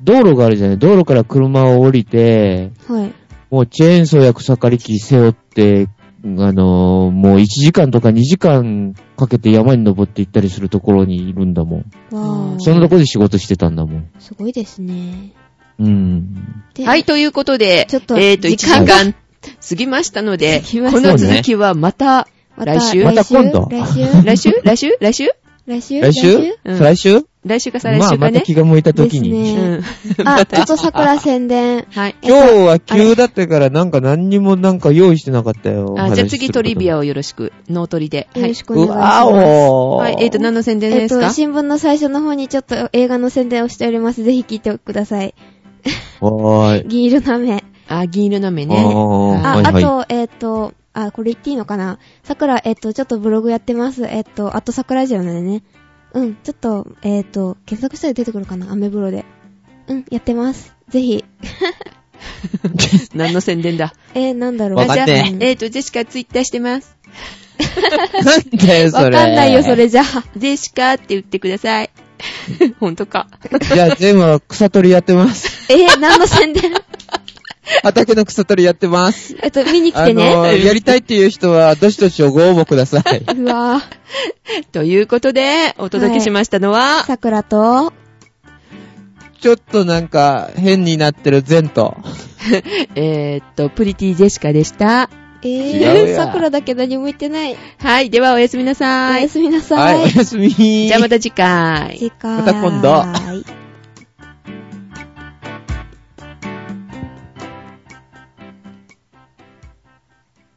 Speaker 2: 道路があるじゃない。道路から車を降りて、
Speaker 1: はい。
Speaker 2: もうチェーンソーや草刈り機背負って、あのーもう1時間とか2時間かけて山に登って行ったりするところにいるんだもん。
Speaker 1: わ
Speaker 3: うん
Speaker 2: そんなとこで仕事してたんだもん。
Speaker 1: ー、すごいですね。
Speaker 2: うん。
Speaker 1: で
Speaker 3: はい、。ということで、
Speaker 1: ちょっと
Speaker 3: えっ、と、1
Speaker 1: 時
Speaker 3: 時
Speaker 1: 間
Speaker 3: 間
Speaker 1: が
Speaker 3: が過ぎましたので、
Speaker 1: 過ぎまし
Speaker 3: こ
Speaker 1: たね
Speaker 3: の続きはまた、
Speaker 1: ま
Speaker 3: 来週
Speaker 2: また今度
Speaker 1: 来週
Speaker 3: 来週来週来週
Speaker 1: 来週
Speaker 2: 来週
Speaker 3: うん
Speaker 2: 来週
Speaker 3: 来週か再来
Speaker 2: まあ、
Speaker 3: 週か
Speaker 2: また
Speaker 3: ね。
Speaker 2: 気が向いた時
Speaker 1: で
Speaker 2: に。
Speaker 1: すね
Speaker 3: うん。
Speaker 1: あ、ちょっと桜宣伝。
Speaker 3: はい。
Speaker 2: 今日は急だったから、なんか何にもなんか用意してなかったよ。
Speaker 3: あじゃあ次トリビ
Speaker 2: ア。
Speaker 3: アをよろしく、脳トリで。
Speaker 1: よ
Speaker 3: は
Speaker 1: ろ
Speaker 3: い
Speaker 1: し。くお願い
Speaker 2: う
Speaker 1: し
Speaker 2: わ
Speaker 1: ます。
Speaker 2: おー。
Speaker 3: はい、えっ、と、何の宣伝
Speaker 1: え
Speaker 3: で
Speaker 1: っ
Speaker 3: す
Speaker 1: と、
Speaker 3: か、
Speaker 1: 新聞の最初の方にちょっと映画の宣伝をしております。ぜひ聞いてください。
Speaker 2: はーい。
Speaker 1: 銀色の雨。
Speaker 3: あ、銀色の目ね。
Speaker 1: あ、
Speaker 2: あはいはい
Speaker 1: あと、えっ、と、あ、これ言っていいのかな桜、えっ、と、ちょっとブログやってます。えっ、と、あと桜ジオなんでね。うん、ちょっと、えっ、と、検索したら出てくるかなアメブロで。うん、やってます。ぜひ。
Speaker 3: 何の宣伝だ。
Speaker 1: えー、なんだろう。
Speaker 2: わか
Speaker 1: あ
Speaker 2: んねえ
Speaker 1: じゃあうん
Speaker 3: えっ、と、ジェシカツイッターしてます。
Speaker 2: なんだよ、そ
Speaker 1: わ
Speaker 2: れ。
Speaker 1: かんないよ、そ。れじゃあ。
Speaker 3: ジェシカって言ってください。 ほん とか。
Speaker 2: じゃあ、全部は草取りやってます。
Speaker 1: えー、何の宣伝
Speaker 2: 畑の草取りやってます。
Speaker 1: えっと、見に来
Speaker 2: あ
Speaker 1: てね。
Speaker 2: のー、やりたいっていう人は、どしどしご応募ください。
Speaker 1: うわぁ。
Speaker 3: ということで、お届けしましたのは、
Speaker 1: 桜と、
Speaker 2: ちょっとなんか、変になってる前と。
Speaker 3: えーっと、プリティジェシカでした。
Speaker 2: 違う
Speaker 1: えー、
Speaker 2: や
Speaker 1: 桜だけ何も言ってない。
Speaker 3: はい、ではおやすみな
Speaker 1: お
Speaker 3: さ
Speaker 1: や
Speaker 3: い。
Speaker 1: すみなさ
Speaker 2: はい、お
Speaker 1: い。
Speaker 2: やすみ。
Speaker 3: じゃあまた次回。
Speaker 1: 次回。
Speaker 2: また今度
Speaker 1: はい